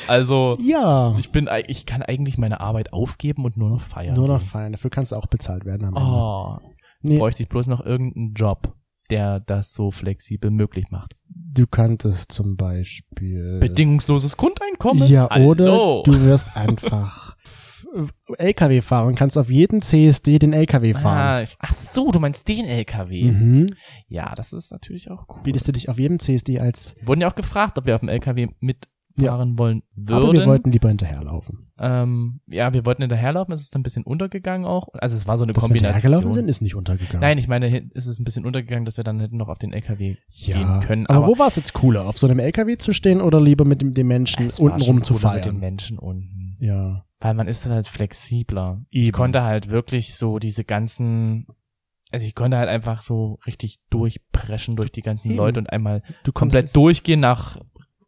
[SPEAKER 3] also,
[SPEAKER 1] Ja.
[SPEAKER 3] ich bin, ei- ich kann eigentlich meine Arbeit aufgeben und nur noch feiern.
[SPEAKER 1] Nur noch
[SPEAKER 3] gehen.
[SPEAKER 1] feiern. Dafür kannst du auch bezahlt werden. Am
[SPEAKER 3] Oh,
[SPEAKER 1] Ende. Nee,
[SPEAKER 3] bräuchte ich bloß noch irgendeinen Job, der das so flexibel möglich macht.
[SPEAKER 1] du könntest zum Beispiel.
[SPEAKER 3] Bedingungsloses Grundeinkommen?
[SPEAKER 1] Ja,
[SPEAKER 3] Hallo.
[SPEAKER 1] oder du wirst einfach LKW fahren und kannst auf jeden CSD den LKW fahren.
[SPEAKER 3] Ah, ich, ach so, du meinst den LKW.
[SPEAKER 1] Mhm.
[SPEAKER 3] Ja, das ist natürlich auch cool.
[SPEAKER 1] Bietest du dich auf jedem CSD als.
[SPEAKER 3] Wurden ja auch gefragt, ob wir auf dem LKW mitfahren wollen würden.
[SPEAKER 1] Aber wir wollten lieber hinterherlaufen.
[SPEAKER 3] ähm, ja, wir wollten hinterherlaufen, es ist dann ein bisschen untergegangen auch. Also es war so eine
[SPEAKER 1] Dass wir hinterhergelaufen
[SPEAKER 3] Kombination.
[SPEAKER 1] sind, ist nicht untergegangen.
[SPEAKER 3] Nein, ich meine, hin- es ist ein bisschen untergegangen, dass wir dann hätten noch auf den LKW
[SPEAKER 1] ja.
[SPEAKER 3] gehen können.
[SPEAKER 1] aber,
[SPEAKER 3] Aber,
[SPEAKER 1] wo war es jetzt cooler? Auf so einem LKW zu stehen oder lieber mit dem, dem Menschen
[SPEAKER 3] es war
[SPEAKER 1] unten
[SPEAKER 3] schon
[SPEAKER 1] rum zu
[SPEAKER 3] cooler mit den
[SPEAKER 1] feiern?
[SPEAKER 3] Menschen unten.
[SPEAKER 1] Ja.
[SPEAKER 3] Weil man ist halt flexibler. Ich
[SPEAKER 1] Eben.
[SPEAKER 3] konnte halt wirklich so diese ganzen, also ich konnte halt einfach so richtig durchpreschen durch die ganzen
[SPEAKER 1] Eben.
[SPEAKER 3] Leute und einmal
[SPEAKER 1] Du
[SPEAKER 3] komplett
[SPEAKER 1] konntest-
[SPEAKER 3] durchgehen nach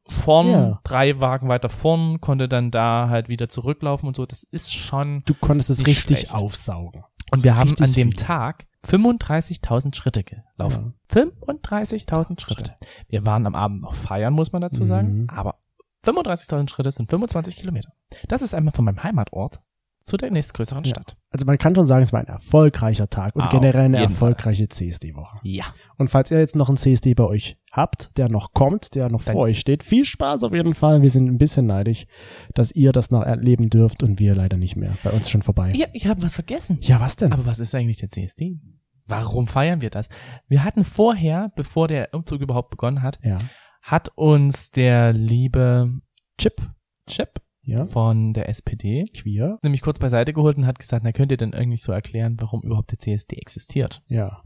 [SPEAKER 3] vorn,
[SPEAKER 1] Ja.
[SPEAKER 3] drei Wagen weiter vorn, konnte dann da halt wieder zurücklaufen und so. Das ist schon.
[SPEAKER 1] Du konntest es
[SPEAKER 3] Nicht
[SPEAKER 1] richtig
[SPEAKER 3] schlecht.
[SPEAKER 1] aufsaugen.
[SPEAKER 3] Und wir haben
[SPEAKER 1] richtig
[SPEAKER 3] an dem
[SPEAKER 1] viel.
[SPEAKER 3] Tag 35.000 Schritte gelaufen. 35.000 Schritte. Wir waren am Abend noch feiern, muss man dazu sagen,
[SPEAKER 1] Mhm.
[SPEAKER 3] aber 35.000 Schritte sind 25 Kilometer. Das ist einmal von meinem Heimatort zu der nächstgrößeren
[SPEAKER 1] Ja.
[SPEAKER 3] Stadt.
[SPEAKER 1] Also man kann schon sagen, es war ein erfolgreicher Tag und
[SPEAKER 3] Ah, Auf
[SPEAKER 1] generell eine
[SPEAKER 3] jeden Fall.
[SPEAKER 1] erfolgreiche CSD-Woche.
[SPEAKER 3] Ja.
[SPEAKER 1] Und falls ihr jetzt noch einen CSD bei euch habt, der noch kommt, der noch
[SPEAKER 3] Dann-
[SPEAKER 1] vor euch steht, viel Spaß auf jeden Fall. Wir sind ein bisschen neidisch, dass ihr das noch erleben dürft und wir leider nicht mehr. Bei uns schon vorbei.
[SPEAKER 3] ja ich habe was vergessen.
[SPEAKER 1] Ja, was denn?
[SPEAKER 3] Aber was ist eigentlich der CSD? Warum feiern wir das? Wir hatten vorher, bevor der Umzug überhaupt begonnen hat,
[SPEAKER 1] ja.
[SPEAKER 3] hat uns der liebe Chip, Chip
[SPEAKER 1] Ja.
[SPEAKER 3] von der SPD
[SPEAKER 1] Queer.
[SPEAKER 3] nämlich kurz beiseite geholt und hat gesagt, na könnt ihr denn irgendwie so erklären, warum überhaupt der CSD existiert?
[SPEAKER 1] Ja.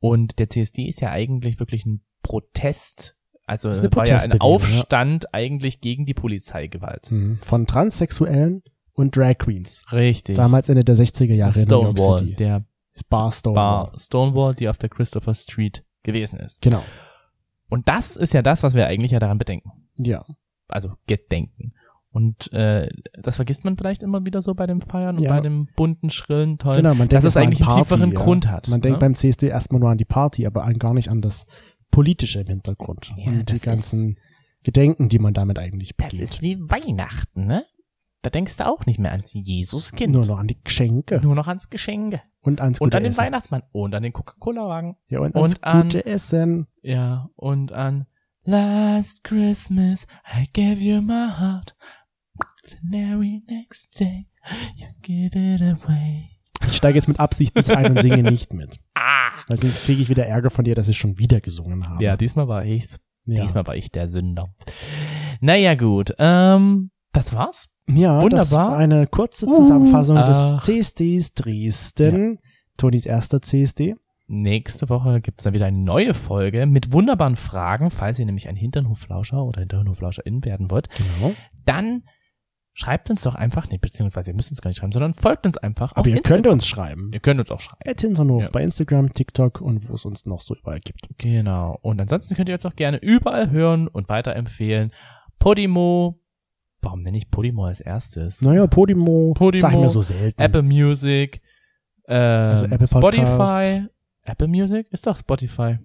[SPEAKER 3] Und der CSD ist ja eigentlich wirklich ein Protest, also
[SPEAKER 1] Ist eine
[SPEAKER 3] war ja ein
[SPEAKER 1] Protestbewegung, ja.
[SPEAKER 3] Aufstand eigentlich gegen die Polizeigewalt.
[SPEAKER 1] Mhm. Von Transsexuellen und Drag Queens.
[SPEAKER 3] Richtig.
[SPEAKER 1] Damals Ende der 60er Jahre in New York
[SPEAKER 3] Stonewall,
[SPEAKER 1] City.
[SPEAKER 3] der
[SPEAKER 1] Bar Stonewall.
[SPEAKER 3] Bar Stonewall, die auf der Christopher Street gewesen ist.
[SPEAKER 1] Genau.
[SPEAKER 3] Und das ist ja das, was wir eigentlich ja daran bedenken.
[SPEAKER 1] Ja.
[SPEAKER 3] also Gedenken. Und äh, das vergisst man vielleicht immer wieder so bei dem Feiern und
[SPEAKER 1] Ja.
[SPEAKER 3] bei dem bunten, schrillen, tollen.
[SPEAKER 1] Genau, man denkt
[SPEAKER 3] dass es
[SPEAKER 1] erst mal an
[SPEAKER 3] eigentlich einen
[SPEAKER 1] Party,
[SPEAKER 3] tieferen
[SPEAKER 1] ja.
[SPEAKER 3] Grund hat.
[SPEAKER 1] Man denkt
[SPEAKER 3] ne?
[SPEAKER 1] beim CSD erstmal nur an die Party, aber an, gar nicht an das Politische im Hintergrund.
[SPEAKER 3] Ja,
[SPEAKER 1] und die
[SPEAKER 3] das
[SPEAKER 1] ganzen Gedenken, die man damit eigentlich
[SPEAKER 3] das
[SPEAKER 1] begeht.
[SPEAKER 3] ist wie Weihnachten, ne? Da denkst du auch nicht mehr ans Jesuskind.
[SPEAKER 1] Nur noch an die Geschenke
[SPEAKER 3] Nur noch ans Geschenke.
[SPEAKER 1] und ans
[SPEAKER 3] Und
[SPEAKER 1] gute
[SPEAKER 3] an den
[SPEAKER 1] Essen.
[SPEAKER 3] Weihnachtsmann. Und an den Coca-Cola-Wagen.
[SPEAKER 1] ja, und ans
[SPEAKER 3] und an-
[SPEAKER 1] gute Essen.
[SPEAKER 3] Ja, und an Last Christmas I gave you my heart. The very next day you give it away.
[SPEAKER 1] Ich steige jetzt mit Absicht nicht ein und singe nicht mit.
[SPEAKER 3] Ah!
[SPEAKER 1] Weil sonst kriege ich wieder Ärger von dir, dass ich schon wieder gesungen habe.
[SPEAKER 3] Ja, diesmal war ich's.
[SPEAKER 1] ja.
[SPEAKER 3] Diesmal war ich der Sünder. Naja, gut. Ähm, das war's.
[SPEAKER 1] Ja, das
[SPEAKER 3] Wunderbar.
[SPEAKER 1] war eine kurze Zusammenfassung
[SPEAKER 3] Ach.
[SPEAKER 1] des CSDs Dresden. Tonis erster CSD.
[SPEAKER 3] Nächste Woche gibt's dann wieder eine neue Folge mit wunderbaren Fragen, falls ihr nämlich ein Hinternhoflauscher oder Hinternhoflauscherin werden wollt.
[SPEAKER 1] Genau.
[SPEAKER 3] Dann schreibt uns doch einfach, nee, beziehungsweise ihr müsst uns gar nicht schreiben, sondern folgt uns einfach auf
[SPEAKER 1] Aber ihr
[SPEAKER 3] Instagram.
[SPEAKER 1] könnt uns schreiben.
[SPEAKER 3] Ihr könnt uns auch schreiben.
[SPEAKER 1] At Hinterhof
[SPEAKER 3] Ja.
[SPEAKER 1] bei Instagram, TikTok und wo es uns noch so überall gibt.
[SPEAKER 3] Genau. Und ansonsten könnt ihr uns auch gerne überall hören und weiterempfehlen. Podimo. Warum nenne ich Podimo als erstes?
[SPEAKER 1] Naja, Podimo,
[SPEAKER 3] Podimo,
[SPEAKER 1] sag mir so selten.
[SPEAKER 3] Mhm. Apple Music. Ähm,
[SPEAKER 1] Also Apple Podcast.
[SPEAKER 3] Spotify. Apple Music ist doch Spotify.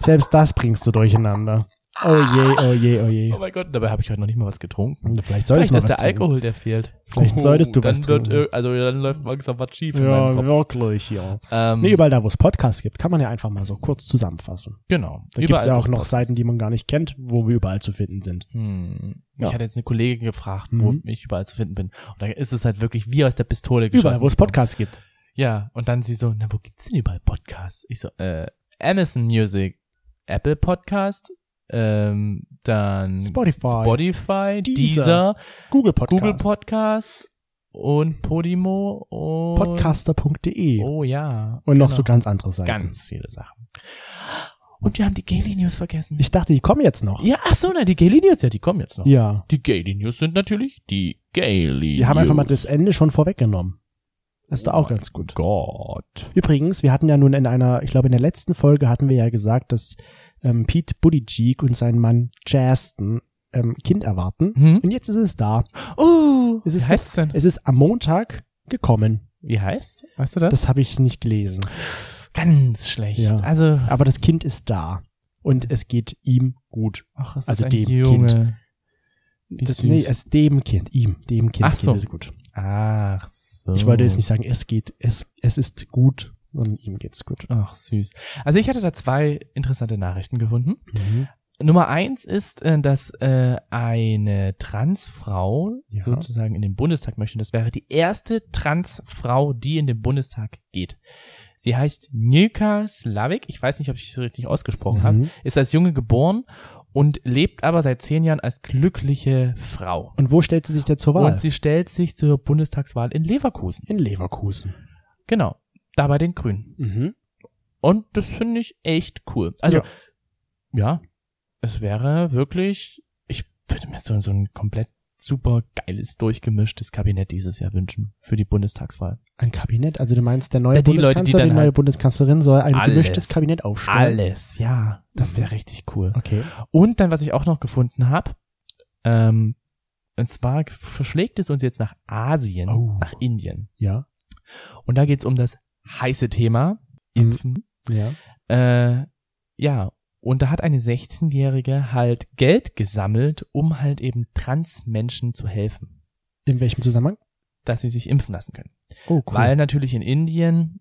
[SPEAKER 1] Selbst das bringst du durcheinander. Oh
[SPEAKER 3] Ah.
[SPEAKER 1] je, oh je, oh je.
[SPEAKER 3] Oh mein Gott, dabei habe ich heute noch nicht mal was getrunken.
[SPEAKER 1] Vielleicht solltest
[SPEAKER 3] Vielleicht
[SPEAKER 1] du mal
[SPEAKER 3] ist
[SPEAKER 1] was
[SPEAKER 3] der
[SPEAKER 1] trinken.
[SPEAKER 3] Alkohol, der fehlt. Oh,
[SPEAKER 1] Vielleicht solltest du
[SPEAKER 3] dann
[SPEAKER 1] was
[SPEAKER 3] wird,
[SPEAKER 1] trinken.
[SPEAKER 3] ir- Also dann läuft langsam was schief in meinem
[SPEAKER 1] Ja,
[SPEAKER 3] Kopf.
[SPEAKER 1] wirklich, ja.
[SPEAKER 3] Ähm,
[SPEAKER 1] Nee, überall da, wo es Podcasts gibt, kann man ja einfach mal so kurz zusammenfassen.
[SPEAKER 3] genau.
[SPEAKER 1] Da gibt es ja
[SPEAKER 3] Überall
[SPEAKER 1] auch noch Seiten, die man gar nicht kennt, wo wir überall zu finden sind.
[SPEAKER 3] Hm.
[SPEAKER 1] Ja.
[SPEAKER 3] Ich hatte jetzt eine Kollegin gefragt, wo
[SPEAKER 1] Mhm.
[SPEAKER 3] ich überall zu finden bin. Und dann ist es halt wirklich wie aus der Pistole geschossen.
[SPEAKER 1] Überall, wo es Podcasts gibt.
[SPEAKER 3] Ja, und dann sie so, na, wo gibt's denn überall Podcasts? Ich so, äh, Amazon Music, Apple Podcast, ähm, dann
[SPEAKER 1] Spotify,
[SPEAKER 3] Spotify, Deezer,
[SPEAKER 1] Deezer, Google Podcast,
[SPEAKER 3] Google Podcast und Podimo und
[SPEAKER 1] podcaster.de
[SPEAKER 3] Oh ja.
[SPEAKER 1] und noch
[SPEAKER 3] genau.
[SPEAKER 1] so ganz andere Seiten.
[SPEAKER 3] ganz viele Sachen. Und wir haben die Gaily News vergessen.
[SPEAKER 1] Ich dachte, die kommen jetzt noch.
[SPEAKER 3] ja, ach so, na, die Gaily News, ja, die kommen jetzt noch.
[SPEAKER 1] Ja.
[SPEAKER 3] Die Gaily News sind natürlich die Gaily
[SPEAKER 1] Wir haben einfach mal
[SPEAKER 3] News.
[SPEAKER 1] das Ende schon vorweggenommen. Das ist doch auch ganz gut.
[SPEAKER 3] Gott.
[SPEAKER 1] Übrigens, wir hatten ja nun in einer, ich glaube in der letzten Folge hatten wir ja gesagt, dass ähm, Pete Buttigieg und sein Mann Jaston ähm, Kind erwarten.
[SPEAKER 3] Hm?
[SPEAKER 1] Und jetzt ist es da.
[SPEAKER 3] Uh,
[SPEAKER 1] Es ist
[SPEAKER 3] wie heißt's denn?
[SPEAKER 1] Es ist am Montag gekommen.
[SPEAKER 3] Wie heißt? Weißt du das?
[SPEAKER 1] Das habe ich nicht gelesen.
[SPEAKER 3] Ganz schlecht.
[SPEAKER 1] Ja.
[SPEAKER 3] Also,
[SPEAKER 1] Aber das Kind ist da. Und es geht ihm gut.
[SPEAKER 3] ach, es
[SPEAKER 1] also
[SPEAKER 3] ist ein
[SPEAKER 1] dem
[SPEAKER 3] Junge. Wie
[SPEAKER 1] Das,
[SPEAKER 3] süß.
[SPEAKER 1] nee, es dem Kind, ihm, dem Kind
[SPEAKER 3] Ach so.
[SPEAKER 1] geht es gut.
[SPEAKER 3] ach so.
[SPEAKER 1] Ich wollte jetzt nicht sagen, es geht, es, es ist gut, sondern ihm geht's gut.
[SPEAKER 3] Ach, süß. Also ich hatte da zwei interessante Nachrichten gefunden. Nummer eins ist, äh, dass äh, eine Transfrau
[SPEAKER 1] Ja.
[SPEAKER 3] sozusagen in den Bundestag möchte. Das wäre die erste Transfrau, die in den Bundestag geht. Sie heißt Nilka Slavik. Ich weiß nicht, ob ich es richtig ausgesprochen habe.
[SPEAKER 1] Mhm.
[SPEAKER 3] ist als Junge geboren und lebt aber seit zehn Jahren als glückliche Frau.
[SPEAKER 1] Und wo stellt sie sich denn zur Wahl?
[SPEAKER 3] Und sie stellt sich zur Bundestagswahl in Leverkusen.
[SPEAKER 1] in Leverkusen.
[SPEAKER 3] Genau. Da bei den Grünen.
[SPEAKER 1] Mhm.
[SPEAKER 3] Und das finde ich echt cool. Also, ja.
[SPEAKER 1] Ja.
[SPEAKER 3] es wäre wirklich, ich würde mir so, so ein komplett super geiles, durchgemischtes Kabinett dieses Jahr wünschen für die Bundestagswahl.
[SPEAKER 1] Ein Kabinett? Also du meinst, der neue
[SPEAKER 3] Ja, die Leute, die
[SPEAKER 1] Bundeskanzler,
[SPEAKER 3] dann
[SPEAKER 1] die neue
[SPEAKER 3] halt-
[SPEAKER 1] Bundeskanzlerin soll ein
[SPEAKER 3] Alles.
[SPEAKER 1] gemischtes Kabinett aufstellen?
[SPEAKER 3] Alles, ja. Das wäre richtig cool.
[SPEAKER 1] Okay.
[SPEAKER 3] Und dann, was ich auch noch gefunden habe, ähm, und zwar verschlägt es uns jetzt nach Asien,
[SPEAKER 1] Oh.
[SPEAKER 3] nach Indien.
[SPEAKER 1] Ja.
[SPEAKER 3] Und da geht's um das heiße Thema
[SPEAKER 1] Mhm.
[SPEAKER 3] Impfen.
[SPEAKER 1] Ja.
[SPEAKER 3] Äh, ja, und da hat eine 16-Jährige halt Geld gesammelt, um halt eben Transmenschen zu helfen,
[SPEAKER 1] In welchem Zusammenhang?
[SPEAKER 3] dass sie sich impfen lassen können.
[SPEAKER 1] Oh, cool.
[SPEAKER 3] Weil natürlich in Indien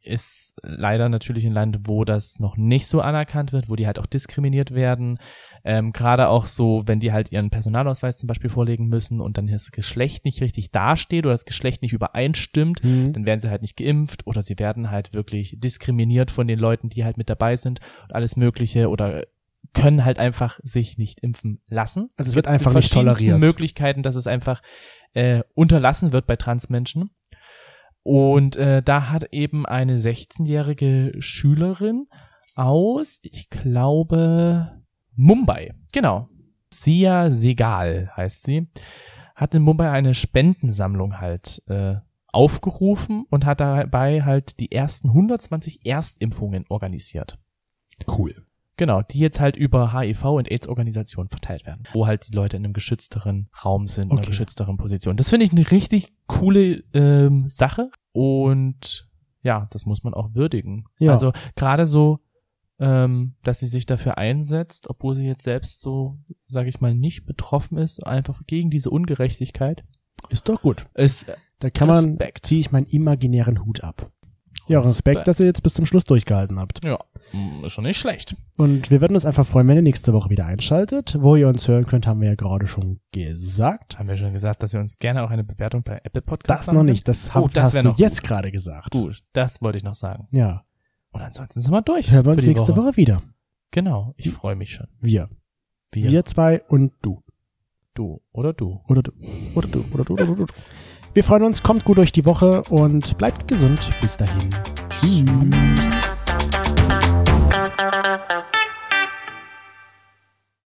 [SPEAKER 3] ist leider natürlich ein Land, wo das noch nicht so anerkannt wird, wo die halt auch diskriminiert werden. Ähm, Gerade auch so, wenn die halt ihren Personalausweis zum Beispiel vorlegen müssen und dann das Geschlecht nicht richtig dasteht oder das Geschlecht nicht übereinstimmt,
[SPEAKER 1] Mhm.
[SPEAKER 3] dann werden sie halt nicht geimpft oder sie werden halt wirklich diskriminiert von den Leuten, die halt mit dabei sind und alles Mögliche oder können halt einfach sich nicht impfen lassen.
[SPEAKER 1] Also es wird
[SPEAKER 3] Gibt's die
[SPEAKER 1] einfach nicht
[SPEAKER 3] verschiedensten
[SPEAKER 1] toleriert.
[SPEAKER 3] Möglichkeiten, dass es einfach äh, unterlassen wird bei Transmenschen. Und äh, da hat eben eine 16-jährige Schülerin aus, ich glaube, Mumbai, genau. Sia Segal heißt sie, hat in Mumbai eine Spendensammlung halt äh, aufgerufen und hat dabei halt die ersten 120 Erstimpfungen organisiert.
[SPEAKER 1] Cool.
[SPEAKER 3] Genau, die jetzt halt über HIV und AIDS-Organisationen verteilt werden, wo halt die Leute in einem geschützteren Raum sind, in einer
[SPEAKER 1] Okay.
[SPEAKER 3] geschützteren Position. Das finde ich eine richtig coole ähm, Sache und ja, das muss man auch würdigen.
[SPEAKER 1] Ja.
[SPEAKER 3] Also gerade so ähm, dass sie sich dafür einsetzt, obwohl sie jetzt selbst so, sage ich mal, nicht betroffen ist, einfach gegen diese Ungerechtigkeit.
[SPEAKER 1] Ist doch gut.
[SPEAKER 3] Ist
[SPEAKER 1] Da kann man,
[SPEAKER 3] Respekt.
[SPEAKER 1] ziehe ich meinen imaginären Hut ab. Ja, Respekt,
[SPEAKER 3] Respekt.
[SPEAKER 1] dass ihr jetzt bis zum Schluss durchgehalten habt.
[SPEAKER 3] ja mm, ist schon nicht schlecht.
[SPEAKER 1] Und wir würden uns einfach freuen, wenn ihr nächste Woche wieder einschaltet. Wo ihr uns hören könnt, haben wir ja gerade schon gesagt.
[SPEAKER 3] Haben wir schon gesagt, dass ihr uns gerne auch eine Bewertung bei Apple Podcasts
[SPEAKER 1] Das noch nicht, das, hab,
[SPEAKER 3] Oh, das
[SPEAKER 1] hast
[SPEAKER 3] wär
[SPEAKER 1] du
[SPEAKER 3] noch gut.
[SPEAKER 1] jetzt gerade gesagt.
[SPEAKER 3] Gut, das wollte ich noch sagen.
[SPEAKER 1] Ja,
[SPEAKER 3] Und ansonsten sind wir durch.
[SPEAKER 1] hören wir uns
[SPEAKER 3] für die
[SPEAKER 1] nächste Woche. wieder.
[SPEAKER 3] Genau, ich freue mich schon.
[SPEAKER 1] Wir. Wir zwei und du.
[SPEAKER 3] du oder du.
[SPEAKER 1] Oder du. Oder du. Oder du. Oder du. Oder du. Wir freuen uns, kommt gut durch die Woche und bleibt gesund. Bis dahin. Tschüss.